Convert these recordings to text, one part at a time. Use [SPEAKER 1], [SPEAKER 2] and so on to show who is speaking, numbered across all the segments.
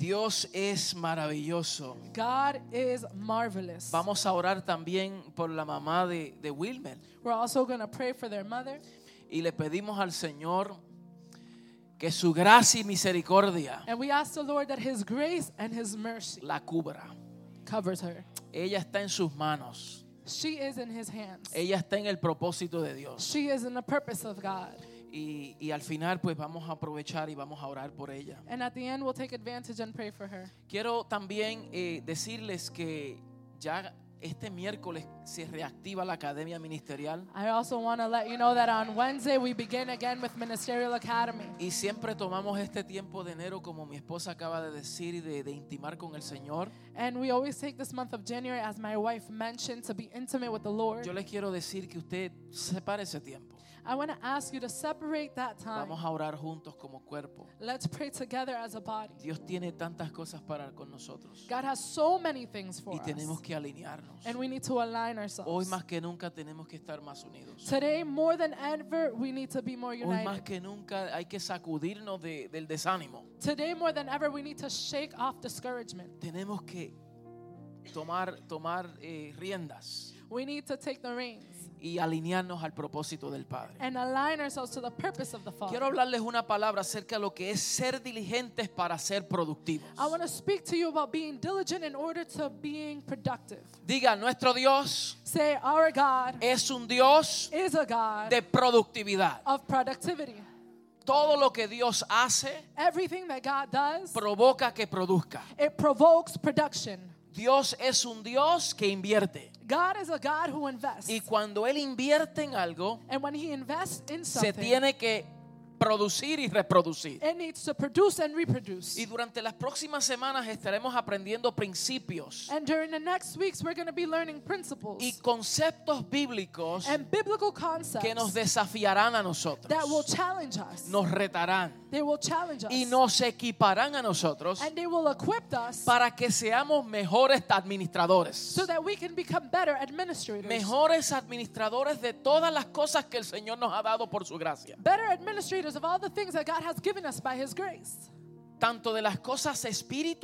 [SPEAKER 1] Dios es maravilloso.
[SPEAKER 2] God is marvelous.
[SPEAKER 1] Vamos a orar también por la mamá de, de Wilmer
[SPEAKER 2] We're also going to pray for their mother.
[SPEAKER 1] y le pedimos al Señor que su gracia y misericordia
[SPEAKER 2] And we ask the Lord that His grace and His mercy
[SPEAKER 1] la cubra.
[SPEAKER 2] covers her.
[SPEAKER 1] Ella está en sus manos.
[SPEAKER 2] She is in His hands.
[SPEAKER 1] Ella está en el propósito de Dios.
[SPEAKER 2] She is in the purpose of God.
[SPEAKER 1] Y, y al final pues vamos a aprovechar y vamos a orar por ella.
[SPEAKER 2] And at the end, we'll take advantage and pray for her.
[SPEAKER 1] Quiero también eh, decirles que ya este miércoles se reactiva la Academia Ministerial
[SPEAKER 2] I also want to let you know that on Wednesday, we begin again with Ministerial Academy.
[SPEAKER 1] y siempre tomamos este tiempo de enero, como mi esposa acaba de decir, y de, de intimar con el Señor.
[SPEAKER 2] And we always take this month of January, as my wife mentioned, to be intimate with the Lord.
[SPEAKER 1] Yo les quiero decir que usted separe ese tiempo.
[SPEAKER 2] I want to ask you to separate that time.
[SPEAKER 1] Vamos a orar juntos como cuerpo.
[SPEAKER 2] Let's pray together as a body.
[SPEAKER 1] Dios tiene tantas cosas para con nosotros
[SPEAKER 2] God has so many things for
[SPEAKER 1] y tenemos
[SPEAKER 2] us.
[SPEAKER 1] que alinearnos.
[SPEAKER 2] And we need to align
[SPEAKER 1] Hoy
[SPEAKER 2] ourselves.
[SPEAKER 1] más que nunca tenemos que estar más unidos.
[SPEAKER 2] Today, more than ever, we need to be more
[SPEAKER 1] Hoy más
[SPEAKER 2] united.
[SPEAKER 1] que nunca hay que sacudirnos de- del desánimo.
[SPEAKER 2] Today, more than ever, we need to shake off discouragement.
[SPEAKER 1] Tenemos que tomar, tomar eh, riendas
[SPEAKER 2] We need to take the reins
[SPEAKER 1] y alinearnos al propósito del Padre.
[SPEAKER 2] and align ourselves to the purpose of the Father.
[SPEAKER 1] Quiero hablarles una palabra acerca de lo que es ser diligentes para ser productivos.
[SPEAKER 2] I want to speak to you about being diligent in order to being productive.
[SPEAKER 1] Diga, nuestro Dios
[SPEAKER 2] Say, our God
[SPEAKER 1] es un Dios
[SPEAKER 2] is a God
[SPEAKER 1] de productividad.
[SPEAKER 2] of productivity.
[SPEAKER 1] Todo lo que Dios hace
[SPEAKER 2] Everything that God does,
[SPEAKER 1] provoca que produzca.
[SPEAKER 2] it provokes production.
[SPEAKER 1] Dios es un Dios que invierte.
[SPEAKER 2] God is a God who invests.
[SPEAKER 1] Y cuando Él invierte en algo,
[SPEAKER 2] And when he invests in
[SPEAKER 1] se
[SPEAKER 2] something,
[SPEAKER 1] tiene que producir y reproducir.
[SPEAKER 2] it needs to produce and reproduce.
[SPEAKER 1] Y durante las próximas semanas estaremos aprendiendo principios
[SPEAKER 2] And during the next weeks, we're going to be learning
[SPEAKER 1] y
[SPEAKER 2] principles
[SPEAKER 1] conceptos bíblicos
[SPEAKER 2] and biblical
[SPEAKER 1] que nos
[SPEAKER 2] concepts
[SPEAKER 1] desafiarán a
[SPEAKER 2] that will
[SPEAKER 1] nosotros,
[SPEAKER 2] challenge us.
[SPEAKER 1] nos retarán
[SPEAKER 2] They will challenge us.
[SPEAKER 1] y nos equiparán a nosotros
[SPEAKER 2] And they will equip us
[SPEAKER 1] para que seamos mejores administradores,
[SPEAKER 2] so that we can become better administrators.
[SPEAKER 1] mejores administradores de todas las cosas que el Señor nos ha dado por su gracia,
[SPEAKER 2] Better administrators of all the things that God has given us by his grace.
[SPEAKER 1] tanto de las cosas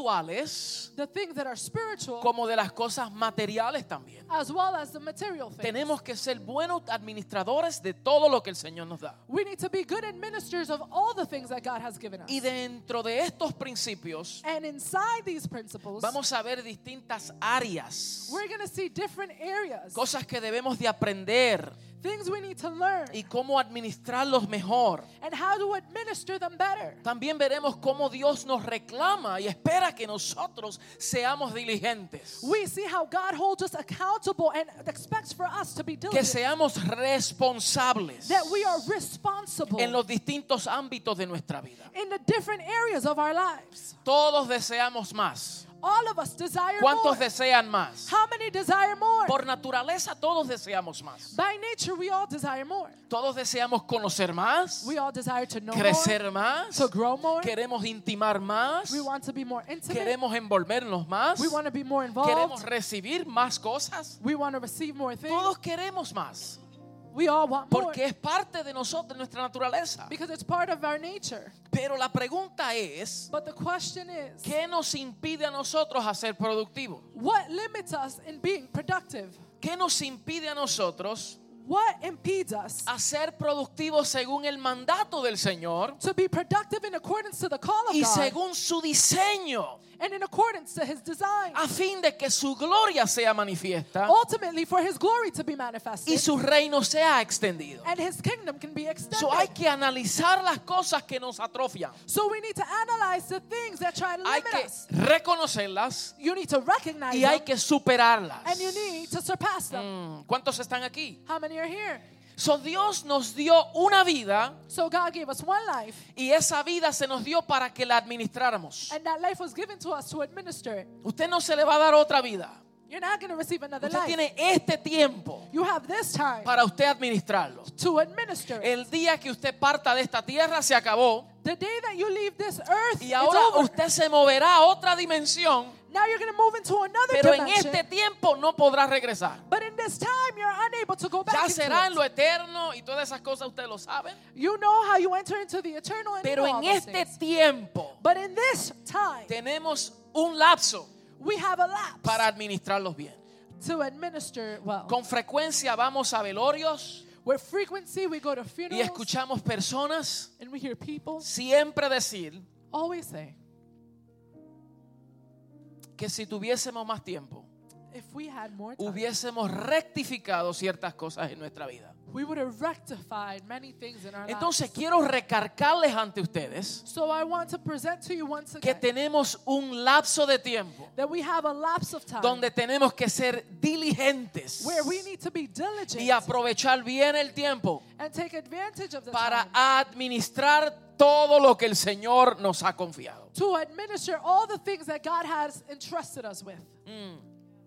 [SPEAKER 1] espirituales
[SPEAKER 2] The things that are spiritual
[SPEAKER 1] como de las cosas materiales también.
[SPEAKER 2] as well as the material things.
[SPEAKER 1] Tenemos que ser buenos administradores de todo lo que el Señor nos da.
[SPEAKER 2] We need to be good administrators of all the things that God has given us.
[SPEAKER 1] Y dentro de estos principios
[SPEAKER 2] And inside these principles,
[SPEAKER 1] vamos a ver distintas áreas,
[SPEAKER 2] we're going to see different areas,
[SPEAKER 1] cosas que debemos de aprender
[SPEAKER 2] things we need to learn,
[SPEAKER 1] y cómo administrarlos mejor.
[SPEAKER 2] and how to administer them better.
[SPEAKER 1] También veremos cómo Dios nos reclama y espera que nosotros seamos diligentes,
[SPEAKER 2] We see how God holds us accountable and expects for us to be
[SPEAKER 1] que
[SPEAKER 2] diligent,
[SPEAKER 1] seamos responsables
[SPEAKER 2] that we are responsible
[SPEAKER 1] en los distintos ámbitos de nuestra vida.
[SPEAKER 2] in the different areas of our lives.
[SPEAKER 1] Todos deseamos más.
[SPEAKER 2] All of us desire more.
[SPEAKER 1] ¿Cuántos desean más?
[SPEAKER 2] How many desire more?
[SPEAKER 1] Por naturaleza todos deseamos más.
[SPEAKER 2] By nature, we all desire more.
[SPEAKER 1] Todos deseamos conocer más,
[SPEAKER 2] We all desire to know more,
[SPEAKER 1] crecer más,
[SPEAKER 2] to grow more.
[SPEAKER 1] queremos intimar más,
[SPEAKER 2] We want to be more intimate.
[SPEAKER 1] queremos envolvernos más,
[SPEAKER 2] We want to be more
[SPEAKER 1] queremos
[SPEAKER 2] involved.
[SPEAKER 1] recibir más cosas.
[SPEAKER 2] We want to receive more things.
[SPEAKER 1] Todos queremos más,
[SPEAKER 2] We all want more.
[SPEAKER 1] porque es parte de nosotros, nuestra naturaleza.
[SPEAKER 2] Because it's part of our nature.
[SPEAKER 1] Pero la pregunta es,
[SPEAKER 2] But the question is,
[SPEAKER 1] ¿qué nos impide a nosotros a ser productivos?
[SPEAKER 2] what limits us in being productive?
[SPEAKER 1] ¿Qué nos impide a nosotros
[SPEAKER 2] What impedes us
[SPEAKER 1] a ser productivos según el mandato del Señor
[SPEAKER 2] to be productive in accordance to the call of
[SPEAKER 1] y
[SPEAKER 2] God
[SPEAKER 1] según su diseño?
[SPEAKER 2] and in accordance to His design,
[SPEAKER 1] a fin de que su gloria sea manifiesta
[SPEAKER 2] ultimately for His glory to be
[SPEAKER 1] y
[SPEAKER 2] manifested
[SPEAKER 1] su reino sea extendido.
[SPEAKER 2] and His kingdom can be
[SPEAKER 1] So hay
[SPEAKER 2] extended?
[SPEAKER 1] que analizar las cosas que nos atrofian.
[SPEAKER 2] So we need to analyze the things that try to
[SPEAKER 1] Hay
[SPEAKER 2] limit
[SPEAKER 1] que
[SPEAKER 2] us.
[SPEAKER 1] reconocerlas
[SPEAKER 2] You need to recognize
[SPEAKER 1] y hay
[SPEAKER 2] them
[SPEAKER 1] que superarlas.
[SPEAKER 2] and you need to surpass them.
[SPEAKER 1] Mm, ¿Cuántos están aquí?
[SPEAKER 2] How many are here?
[SPEAKER 1] So Dios nos dio una vida
[SPEAKER 2] So God gave us one life
[SPEAKER 1] y esa vida se nos dio para que la administráramos.
[SPEAKER 2] and that life was given to us to administer it.
[SPEAKER 1] Usted no se le va a dar otra vida.
[SPEAKER 2] You're not going to receive another
[SPEAKER 1] Usted
[SPEAKER 2] life.
[SPEAKER 1] tiene este tiempo
[SPEAKER 2] You have this time
[SPEAKER 1] para usted administrarlo.
[SPEAKER 2] to administer. it.
[SPEAKER 1] El día que usted parta de esta tierra se acabó.
[SPEAKER 2] The day that you leave this earth,
[SPEAKER 1] Y ahora
[SPEAKER 2] it's over.
[SPEAKER 1] usted se moverá a otra dimensión,
[SPEAKER 2] now you're going to move into another
[SPEAKER 1] pero en
[SPEAKER 2] dimension.
[SPEAKER 1] este tiempo no podrá regresar.
[SPEAKER 2] but in this time you're unable to go back.
[SPEAKER 1] Ya
[SPEAKER 2] into
[SPEAKER 1] será en
[SPEAKER 2] it.
[SPEAKER 1] lo eterno y todas esas cosas ustedes lo saben.
[SPEAKER 2] You know how you enter into the eternal and
[SPEAKER 1] Pero
[SPEAKER 2] you know all
[SPEAKER 1] en
[SPEAKER 2] those
[SPEAKER 1] este
[SPEAKER 2] things.
[SPEAKER 1] tiempo
[SPEAKER 2] But in this time,
[SPEAKER 1] tenemos un lapso
[SPEAKER 2] we have a lapse
[SPEAKER 1] para administrarlos bien.
[SPEAKER 2] to administer well.
[SPEAKER 1] Con frecuencia vamos a velorios
[SPEAKER 2] With frequency, we go to
[SPEAKER 1] y
[SPEAKER 2] funerals
[SPEAKER 1] escuchamos personas
[SPEAKER 2] and we hear people
[SPEAKER 1] siempre decir
[SPEAKER 2] always say,
[SPEAKER 1] que si tuviésemos más tiempo,
[SPEAKER 2] if we had more time,
[SPEAKER 1] hubiésemos rectificado ciertas cosas en nuestra vida.
[SPEAKER 2] we would have rectified many things in our
[SPEAKER 1] Entonces
[SPEAKER 2] lives.
[SPEAKER 1] quiero recargarles ante ustedes
[SPEAKER 2] So I want to present to you once
[SPEAKER 1] que
[SPEAKER 2] again
[SPEAKER 1] tenemos un lapso de tiempo
[SPEAKER 2] that we have a lapse of time
[SPEAKER 1] donde tenemos que ser diligentes
[SPEAKER 2] where we need to be diligent
[SPEAKER 1] y aprovechar bien el tiempo
[SPEAKER 2] and take advantage of the
[SPEAKER 1] para
[SPEAKER 2] time
[SPEAKER 1] administrar todo lo que el Señor nos ha confiado.
[SPEAKER 2] to administer all the things that God has entrusted us with.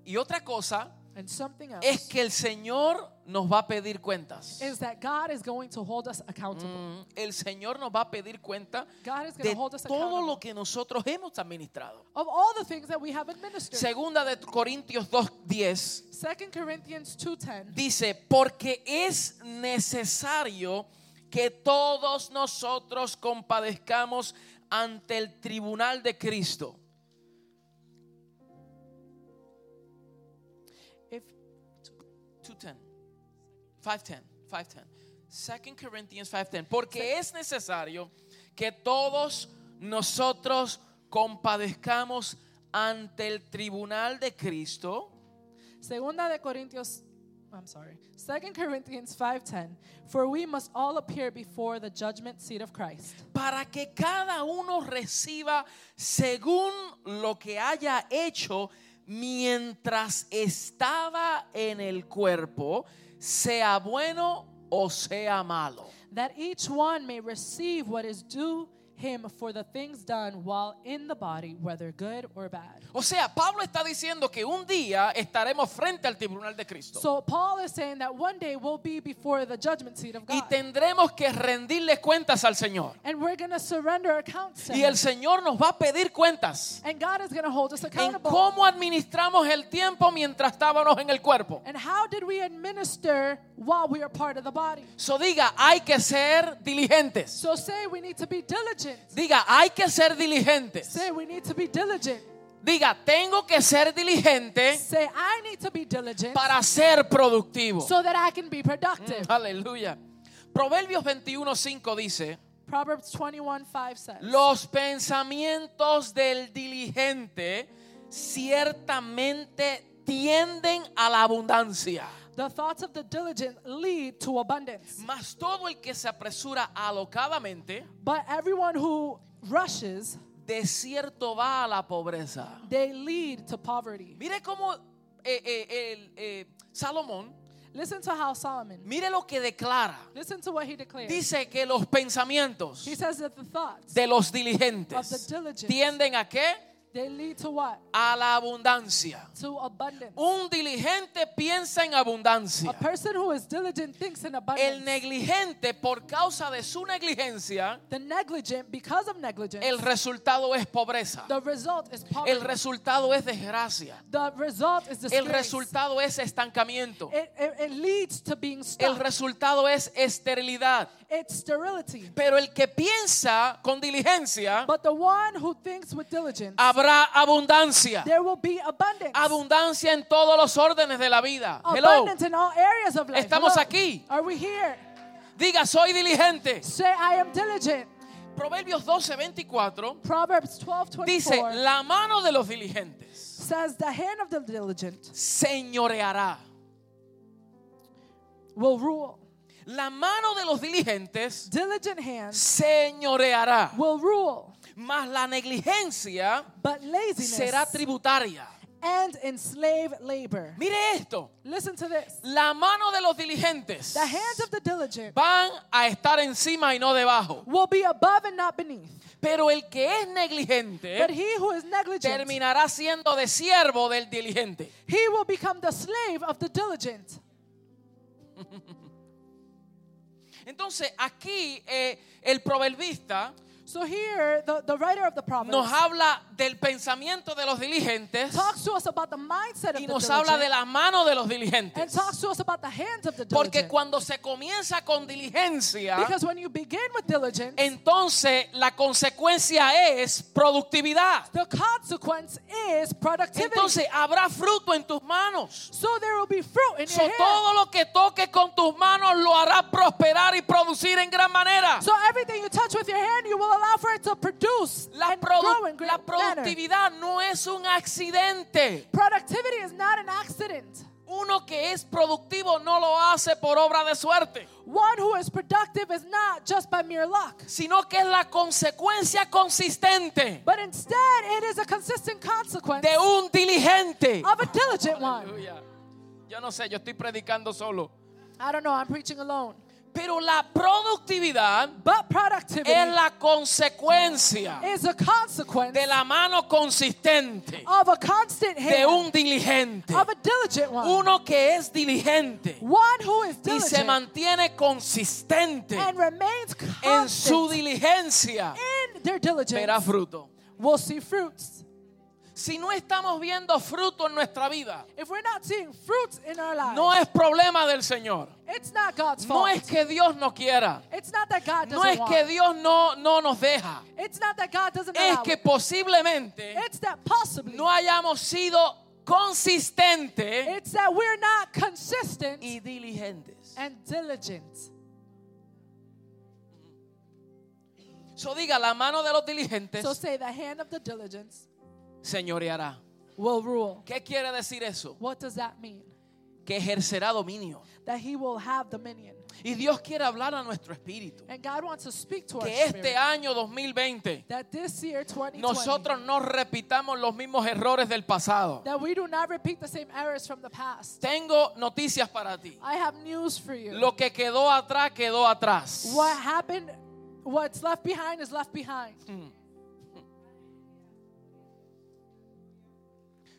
[SPEAKER 1] Y otra cosa
[SPEAKER 2] And something else
[SPEAKER 1] es que el Señor nos va a pedir cuentas.
[SPEAKER 2] is that God is going to hold us accountable.
[SPEAKER 1] Mm, El Señor nos va a pedir cuenta
[SPEAKER 2] God is going
[SPEAKER 1] de
[SPEAKER 2] to hold us
[SPEAKER 1] todo
[SPEAKER 2] accountable
[SPEAKER 1] lo que nosotros hemos administrado.
[SPEAKER 2] of all the things that we have administered.
[SPEAKER 1] Segunda de Corintios 2:10
[SPEAKER 2] Second Corinthians 2:10
[SPEAKER 1] dice, porque es necesario que todos nosotros compadezcamos ante el tribunal de Cristo.
[SPEAKER 2] if
[SPEAKER 1] 2.10, 5.10, 5.10. 2 Corinthians 5.10. Porque es necesario que todos nosotros compadezcamos ante el tribunal de Cristo.
[SPEAKER 2] Segunda de Corintios I'm sorry. Second Corinthians 5:10 For we must all appear before the judgment seat of Christ
[SPEAKER 1] para que cada uno reciba según lo que haya hecho mientras estaba en el cuerpo, sea bueno o sea malo.
[SPEAKER 2] that each one may receive what is due him for the things done while in the body whether good or bad.
[SPEAKER 1] O sea, Pablo está diciendo que un día estaremos frente al tribunal de Cristo
[SPEAKER 2] So Paul is saying that one day we'll be before the judgment seat of
[SPEAKER 1] y
[SPEAKER 2] God
[SPEAKER 1] tendremos que rendirle cuentas al Señor.
[SPEAKER 2] and we're going to surrender accounts to
[SPEAKER 1] Y
[SPEAKER 2] him.
[SPEAKER 1] el Señor nos va a pedir cuentas
[SPEAKER 2] And God is going to hold us
[SPEAKER 1] en
[SPEAKER 2] accountable.
[SPEAKER 1] cómo administramos el tiempo mientras estábamos en el cuerpo.
[SPEAKER 2] And how did we administer while we are part of the body?
[SPEAKER 1] So diga, hay que ser diligentes.
[SPEAKER 2] So say we need to be diligent.
[SPEAKER 1] Diga, hay que ser diligentes.
[SPEAKER 2] Say we need to be diligent.
[SPEAKER 1] Diga, tengo que ser diligente
[SPEAKER 2] Say I need to be diligent
[SPEAKER 1] para Mm. ser productivo.
[SPEAKER 2] so that I can be productive.
[SPEAKER 1] Aleluya. Proverbios 21:5 dice,
[SPEAKER 2] Proverbs 21:5 says,
[SPEAKER 1] los pensamientos del diligente ciertamente tienden a la abundancia,
[SPEAKER 2] "The thoughts of the diligent lead to abundance,
[SPEAKER 1] mas todo el que se apresura alocadamente,
[SPEAKER 2] but everyone who rushes,
[SPEAKER 1] de cierto va a la pobreza.
[SPEAKER 2] they lead to poverty."
[SPEAKER 1] Mire cómo eh, eh, el, eh, Salomón,
[SPEAKER 2] Listen to how Solomon.
[SPEAKER 1] mire lo que declara.
[SPEAKER 2] Listen to what he declares.
[SPEAKER 1] Dice que los pensamientos
[SPEAKER 2] He says that the thoughts
[SPEAKER 1] de los
[SPEAKER 2] of the
[SPEAKER 1] diligentes
[SPEAKER 2] diligent
[SPEAKER 1] tienden a qué?
[SPEAKER 2] they lead to what?
[SPEAKER 1] A la abundancia.
[SPEAKER 2] To abundance.
[SPEAKER 1] Un diligente piensa en
[SPEAKER 2] A
[SPEAKER 1] abundancia.
[SPEAKER 2] person who is diligent thinks in
[SPEAKER 1] El
[SPEAKER 2] abundance.
[SPEAKER 1] negligente, por causa de su negligencia,
[SPEAKER 2] The negligent, because of negligence,
[SPEAKER 1] el resultado es pobreza.
[SPEAKER 2] the result is poverty.
[SPEAKER 1] El resultado es desgracia.
[SPEAKER 2] the result is disgrace.
[SPEAKER 1] El resultado es estancamiento.
[SPEAKER 2] it, it, it leads to being
[SPEAKER 1] El
[SPEAKER 2] stuck.
[SPEAKER 1] resultado es esterilidad.
[SPEAKER 2] it's sterility.
[SPEAKER 1] Pero el que piensa con diligencia,
[SPEAKER 2] But the one who thinks with diligence,
[SPEAKER 1] habrá abundancia.
[SPEAKER 2] there will be abundance.
[SPEAKER 1] Abundancia en todos los órdenes de la vida. Hello.
[SPEAKER 2] Abundance in all areas of life.
[SPEAKER 1] Estamos
[SPEAKER 2] Hello.
[SPEAKER 1] aquí.
[SPEAKER 2] Are we here?
[SPEAKER 1] Diga, soy diligente.
[SPEAKER 2] Say, I am diligent.
[SPEAKER 1] Proverbios 12, 24
[SPEAKER 2] Proverbs 12,
[SPEAKER 1] dice,
[SPEAKER 2] 24
[SPEAKER 1] la mano de los diligentes
[SPEAKER 2] says, the hand of the diligent
[SPEAKER 1] señoreará.
[SPEAKER 2] will rule.
[SPEAKER 1] La mano de los diligentes
[SPEAKER 2] Diligent hand
[SPEAKER 1] señoreará.
[SPEAKER 2] will rule,
[SPEAKER 1] Mas la negligencia
[SPEAKER 2] but laziness
[SPEAKER 1] será tributaria.
[SPEAKER 2] and enslave labor.
[SPEAKER 1] Mire esto.
[SPEAKER 2] Listen to this.
[SPEAKER 1] La mano de los diligentes
[SPEAKER 2] The hands of the diligent
[SPEAKER 1] van a estar encima y no debajo.
[SPEAKER 2] will be above and not beneath.
[SPEAKER 1] Pero el que es
[SPEAKER 2] But
[SPEAKER 1] negligente
[SPEAKER 2] he who is negligent,
[SPEAKER 1] terminará siendo de siervo del diligente.
[SPEAKER 2] he will become the slave of the diligent.
[SPEAKER 1] Entonces aquí eh, el proverbista
[SPEAKER 2] So here, the, the writer of the
[SPEAKER 1] nos
[SPEAKER 2] Proverbs
[SPEAKER 1] habla del pensamiento de los diligentes
[SPEAKER 2] talks to us about the mindset of
[SPEAKER 1] y
[SPEAKER 2] the
[SPEAKER 1] nos
[SPEAKER 2] diligent
[SPEAKER 1] habla de la mano de los
[SPEAKER 2] and
[SPEAKER 1] diligentes.
[SPEAKER 2] talks to us about the hands of the
[SPEAKER 1] Porque
[SPEAKER 2] diligent.
[SPEAKER 1] cuando se comienza con diligencia,
[SPEAKER 2] because when you begin with diligence,
[SPEAKER 1] entonces la consecuencia es productividad.
[SPEAKER 2] the consequence is productivity.
[SPEAKER 1] Entonces habrá fruto en tus manos.
[SPEAKER 2] so there will be fruit in
[SPEAKER 1] So,
[SPEAKER 2] your hand.
[SPEAKER 1] todo lo que toques con tus manos lo hará prosperar y producir en gran manera.
[SPEAKER 2] So everything you touch with your hand, you will allow for it to produce
[SPEAKER 1] La,
[SPEAKER 2] and
[SPEAKER 1] produ-
[SPEAKER 2] grow in great
[SPEAKER 1] la
[SPEAKER 2] manner.
[SPEAKER 1] productividad no es un accidente.
[SPEAKER 2] Productivity is not an accident.
[SPEAKER 1] Uno que es productivo no lo hace por obra de suerte,
[SPEAKER 2] One who is productive is not just by mere luck,
[SPEAKER 1] sino que es la consecuencia consistente
[SPEAKER 2] but instead it is a consistent consequence
[SPEAKER 1] de un diligente.
[SPEAKER 2] of a diligent one.
[SPEAKER 1] Aleluya. Yo no sé, yo estoy predicando solo.
[SPEAKER 2] I don't know, I'm preaching alone.
[SPEAKER 1] Pero la productividad
[SPEAKER 2] But productivity
[SPEAKER 1] es la consecuencia
[SPEAKER 2] is a consequence
[SPEAKER 1] de la mano consistente
[SPEAKER 2] of a constant
[SPEAKER 1] de
[SPEAKER 2] hand
[SPEAKER 1] un diligente.
[SPEAKER 2] of a diligent one.
[SPEAKER 1] Uno que es diligente
[SPEAKER 2] one who is
[SPEAKER 1] y se
[SPEAKER 2] diligent
[SPEAKER 1] mantiene consistente
[SPEAKER 2] and remains
[SPEAKER 1] en su
[SPEAKER 2] constant
[SPEAKER 1] diligencia,
[SPEAKER 2] in their diligence
[SPEAKER 1] verá fruto.
[SPEAKER 2] will see fruits.
[SPEAKER 1] Si no estamos viendo fruto en nuestra vida,
[SPEAKER 2] If we're not seeing fruits in our lives,
[SPEAKER 1] no es problema del Señor.
[SPEAKER 2] it's not God's
[SPEAKER 1] No
[SPEAKER 2] fault.
[SPEAKER 1] es que Dios no quiera.
[SPEAKER 2] it's not that God doesn't
[SPEAKER 1] No es
[SPEAKER 2] want.
[SPEAKER 1] que Dios no, no nos deja.
[SPEAKER 2] It's not that God doesn't
[SPEAKER 1] Es
[SPEAKER 2] allow
[SPEAKER 1] que
[SPEAKER 2] it.
[SPEAKER 1] posiblemente
[SPEAKER 2] It's that possibly.
[SPEAKER 1] no hayamos sido consistentes
[SPEAKER 2] It's that we're not consistent
[SPEAKER 1] y diligentes.
[SPEAKER 2] and diligent.
[SPEAKER 1] Eso diga, la mano de los diligentes
[SPEAKER 2] So say the hand of the diligence
[SPEAKER 1] señoreará.
[SPEAKER 2] will rule.
[SPEAKER 1] ¿Qué quiere decir eso?
[SPEAKER 2] What does that mean?
[SPEAKER 1] Que ejercerá dominio.
[SPEAKER 2] That he will have dominion.
[SPEAKER 1] Y Dios quiere hablar a nuestro espíritu.
[SPEAKER 2] And God wants to speak to our
[SPEAKER 1] Que este
[SPEAKER 2] spirit.
[SPEAKER 1] año 2020
[SPEAKER 2] That this year 2020
[SPEAKER 1] nosotros no repitamos los mismos errores del pasado.
[SPEAKER 2] that we do not repeat the same errors from the past.
[SPEAKER 1] Tengo noticias para ti.
[SPEAKER 2] I have news for you.
[SPEAKER 1] Lo que quedó atrás, quedó atrás.
[SPEAKER 2] What happened, what's left behind is left behind.
[SPEAKER 1] Mm.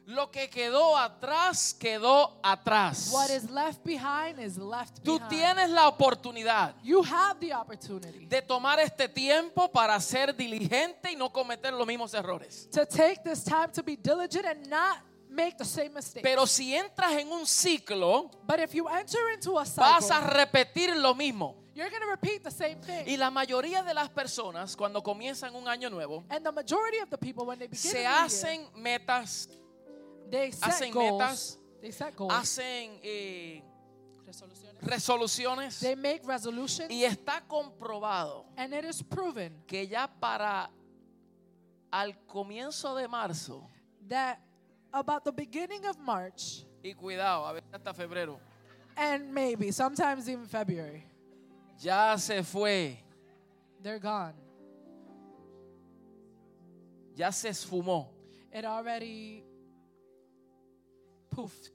[SPEAKER 1] Lo que quedó atrás, quedó atrás.
[SPEAKER 2] What is left behind is left
[SPEAKER 1] Tú
[SPEAKER 2] behind.
[SPEAKER 1] tienes la oportunidad
[SPEAKER 2] you have the opportunity
[SPEAKER 1] de tomar este tiempo para ser diligente y no cometer los mismos errores.
[SPEAKER 2] to take this time to be diligent and not make the same mistake.
[SPEAKER 1] Pero si entras en un ciclo,
[SPEAKER 2] but if you enter into a
[SPEAKER 1] vas a
[SPEAKER 2] cycle,
[SPEAKER 1] repetir lo mismo.
[SPEAKER 2] you're going to repeat the same thing.
[SPEAKER 1] Y la mayoría de las personas cuando comienzan un año nuevo
[SPEAKER 2] and the majority of the people, when they begin a
[SPEAKER 1] se
[SPEAKER 2] new year,
[SPEAKER 1] hacen metas,
[SPEAKER 2] they set
[SPEAKER 1] hacen
[SPEAKER 2] goals.
[SPEAKER 1] metas,
[SPEAKER 2] they set goals.
[SPEAKER 1] hacen eh,
[SPEAKER 2] resoluciones.
[SPEAKER 1] resoluciones
[SPEAKER 2] They make resolutions,
[SPEAKER 1] y está comprobado
[SPEAKER 2] and it is proven
[SPEAKER 1] que ya para al comienzo de marzo
[SPEAKER 2] that about the beginning of March
[SPEAKER 1] y cuidado, a veces hasta febrero,
[SPEAKER 2] and maybe sometimes even February,
[SPEAKER 1] ya se fue,
[SPEAKER 2] they're gone.
[SPEAKER 1] ya se esfumó.
[SPEAKER 2] It already poofed.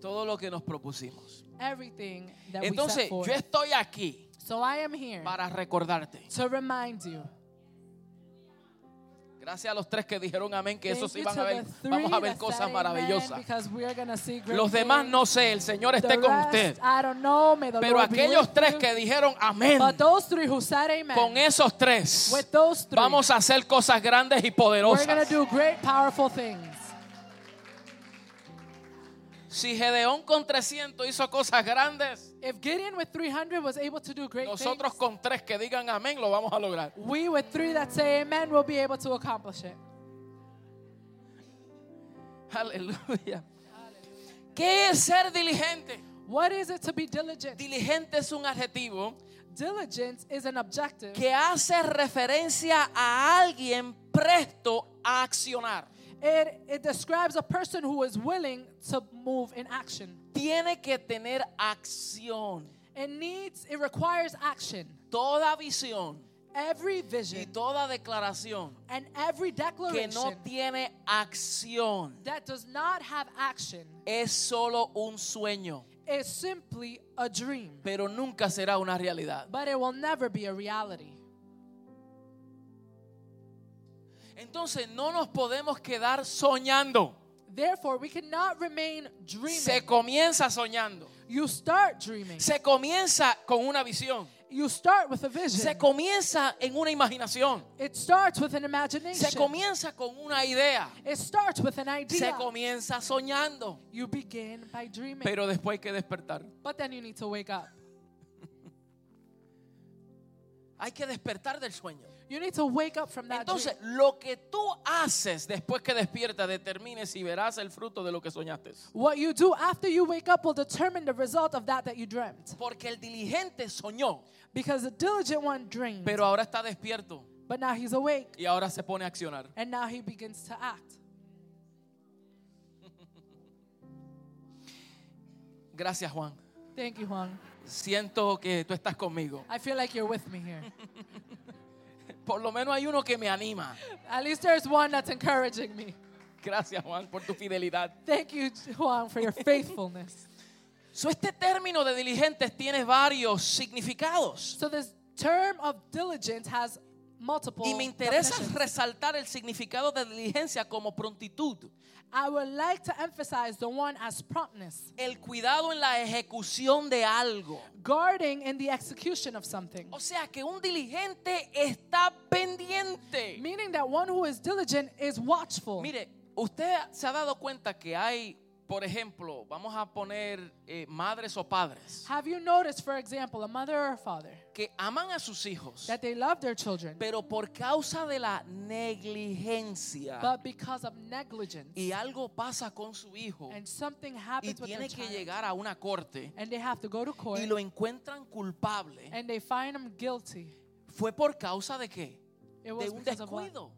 [SPEAKER 1] todo lo que nos propusimos.
[SPEAKER 2] Everything that we
[SPEAKER 1] Entonces,
[SPEAKER 2] set
[SPEAKER 1] yo
[SPEAKER 2] forth.
[SPEAKER 1] estoy aquí
[SPEAKER 2] so I am here
[SPEAKER 1] para recordarte.
[SPEAKER 2] to remind you.
[SPEAKER 1] Gracias a los tres que dijeron amén, que
[SPEAKER 2] Thank
[SPEAKER 1] eso sí
[SPEAKER 2] you
[SPEAKER 1] van
[SPEAKER 2] to
[SPEAKER 1] a ver,
[SPEAKER 2] the three
[SPEAKER 1] vamos a ver
[SPEAKER 2] that
[SPEAKER 1] cosas
[SPEAKER 2] said amen,
[SPEAKER 1] maravillosas.
[SPEAKER 2] because we are gonna see great
[SPEAKER 1] Los demás
[SPEAKER 2] things.
[SPEAKER 1] no sé, el Señor
[SPEAKER 2] The
[SPEAKER 1] esté con
[SPEAKER 2] rest,
[SPEAKER 1] usted.
[SPEAKER 2] I don't know. May the
[SPEAKER 1] Pero
[SPEAKER 2] Lord be
[SPEAKER 1] aquellos
[SPEAKER 2] with
[SPEAKER 1] tres
[SPEAKER 2] you.
[SPEAKER 1] que dijeron amén,
[SPEAKER 2] But those three who said amen,
[SPEAKER 1] con esos tres
[SPEAKER 2] with those three,
[SPEAKER 1] vamos a hacer cosas grandes y
[SPEAKER 2] we're going to
[SPEAKER 1] poderosas.
[SPEAKER 2] do great, powerful things.
[SPEAKER 1] Si Gedeón con 300 hizo cosas grandes,
[SPEAKER 2] If Gideon with 300 was able to do great
[SPEAKER 1] nosotros
[SPEAKER 2] things,
[SPEAKER 1] con tres que digan amén lo vamos a lograr.
[SPEAKER 2] we with three that say amen will be able to accomplish it.
[SPEAKER 1] Aleluya. ¿Qué es ser diligente?
[SPEAKER 2] What is it to be diligent?
[SPEAKER 1] Diligente es un adjetivo
[SPEAKER 2] Diligence is an objective.
[SPEAKER 1] que hace referencia a alguien presto a accionar.
[SPEAKER 2] It, it describes a person who is willing to move in action.
[SPEAKER 1] Tiene que tener acción.
[SPEAKER 2] It needs, it requires action.
[SPEAKER 1] Toda visión
[SPEAKER 2] Every
[SPEAKER 1] y
[SPEAKER 2] vision
[SPEAKER 1] toda declaración
[SPEAKER 2] and every
[SPEAKER 1] que
[SPEAKER 2] declaration
[SPEAKER 1] no tiene acción
[SPEAKER 2] that does not have action
[SPEAKER 1] es solo un sueño,
[SPEAKER 2] is simply a dream,
[SPEAKER 1] pero nunca será una realidad.
[SPEAKER 2] but it will never be a reality.
[SPEAKER 1] Entonces no nos podemos quedar soñando.
[SPEAKER 2] Therefore, we cannot remain dreaming.
[SPEAKER 1] Se comienza soñando.
[SPEAKER 2] You start dreaming.
[SPEAKER 1] Se comienza con una visión.
[SPEAKER 2] You start with a vision.
[SPEAKER 1] Se comienza en una imaginación.
[SPEAKER 2] It starts with an
[SPEAKER 1] Se
[SPEAKER 2] imagination.
[SPEAKER 1] comienza con una idea.
[SPEAKER 2] It starts with an
[SPEAKER 1] Se
[SPEAKER 2] idea.
[SPEAKER 1] comienza soñando.
[SPEAKER 2] You begin by dreaming.
[SPEAKER 1] Pero después hay que despertar.
[SPEAKER 2] But then you need to wake up.
[SPEAKER 1] Hay que despertar del sueño.
[SPEAKER 2] You need to wake up from that dream.
[SPEAKER 1] Entonces, lo que tú haces después que despiertas determine si verás el fruto de lo que soñaste.
[SPEAKER 2] What you do after you wake up will determine the result of that that you dreamt.
[SPEAKER 1] Porque el diligente soñó,
[SPEAKER 2] Because the diligent one dreams,
[SPEAKER 1] pero ahora está despierto
[SPEAKER 2] but now he's awake
[SPEAKER 1] y ahora se pone a accionar.
[SPEAKER 2] and now he begins to act.
[SPEAKER 1] Gracias, Juan.
[SPEAKER 2] Thank you, Juan.
[SPEAKER 1] Siento que tú estás conmigo.
[SPEAKER 2] I feel like you're with me here.
[SPEAKER 1] Por lo menos hay uno que me anima.
[SPEAKER 2] At least there's one that's encouraging me.
[SPEAKER 1] Gracias, Juan, por tu fidelidad.
[SPEAKER 2] Thank you, Juan, for your faithfulness.
[SPEAKER 1] So, este término de diligentes tiene varios significados.
[SPEAKER 2] So this term of diligence has multiple
[SPEAKER 1] Y me interesa
[SPEAKER 2] definitions.
[SPEAKER 1] resaltar el significado de diligencia como prontitud,
[SPEAKER 2] I would like to emphasize the one as promptness,
[SPEAKER 1] el cuidado en la ejecución de algo.
[SPEAKER 2] guarding in the execution of something.
[SPEAKER 1] O sea que un diligente está pendiente.
[SPEAKER 2] Meaning that one who is diligent is watchful.
[SPEAKER 1] Mire, usted se ha dado cuenta que hay, por ejemplo, vamos a poner eh, madres o padres
[SPEAKER 2] Have you noticed, for example, a mother or a father
[SPEAKER 1] que aman a sus hijos,
[SPEAKER 2] that they love their children,
[SPEAKER 1] pero por causa de la negligencia
[SPEAKER 2] but because of negligence
[SPEAKER 1] y algo pasa con su hijo
[SPEAKER 2] and something
[SPEAKER 1] y
[SPEAKER 2] happens with their
[SPEAKER 1] tiene que
[SPEAKER 2] child,
[SPEAKER 1] llegar a una corte
[SPEAKER 2] and they have to go to court
[SPEAKER 1] y lo encuentran culpable,
[SPEAKER 2] and they find them guilty,
[SPEAKER 1] fue por causa de qué?
[SPEAKER 2] it
[SPEAKER 1] De
[SPEAKER 2] was
[SPEAKER 1] un
[SPEAKER 2] because of what?
[SPEAKER 1] descuido.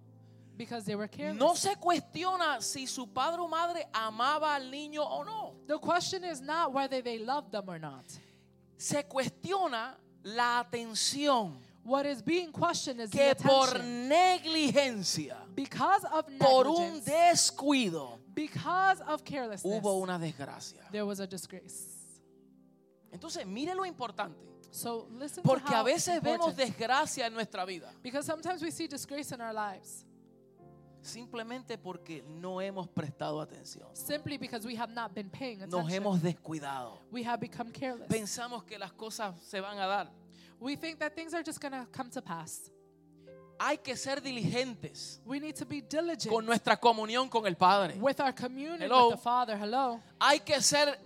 [SPEAKER 2] Because they were careless.
[SPEAKER 1] No se cuestiona si su padre o madre amaba al niño o no.
[SPEAKER 2] The question is not whether they love them or not.
[SPEAKER 1] se cuestiona la atención
[SPEAKER 2] What is being questioned is the
[SPEAKER 1] que por
[SPEAKER 2] attention.
[SPEAKER 1] negligencia,
[SPEAKER 2] Because of
[SPEAKER 1] por un
[SPEAKER 2] negligence,
[SPEAKER 1] descuido,
[SPEAKER 2] because of carelessness,
[SPEAKER 1] hubo una desgracia.
[SPEAKER 2] there was a disgrace.
[SPEAKER 1] Entonces, mire lo importante,
[SPEAKER 2] So listen to
[SPEAKER 1] porque
[SPEAKER 2] how
[SPEAKER 1] a veces vemos
[SPEAKER 2] important-
[SPEAKER 1] desgracia en nuestra vida,
[SPEAKER 2] Because sometimes we see disgrace in our lives
[SPEAKER 1] simplemente porque no hemos prestado atención,
[SPEAKER 2] simply because we have not been paying attention.
[SPEAKER 1] nos hemos descuidado.
[SPEAKER 2] we have become careless.
[SPEAKER 1] Pensamos que las cosas se van a dar.
[SPEAKER 2] we think that things are just going to come to pass.
[SPEAKER 1] Hay que ser diligentes
[SPEAKER 2] We need to be diligent
[SPEAKER 1] con nuestra comunión con el Padre.
[SPEAKER 2] with our communion
[SPEAKER 1] Hello.
[SPEAKER 2] with the Father. Hello.
[SPEAKER 1] Hay que ser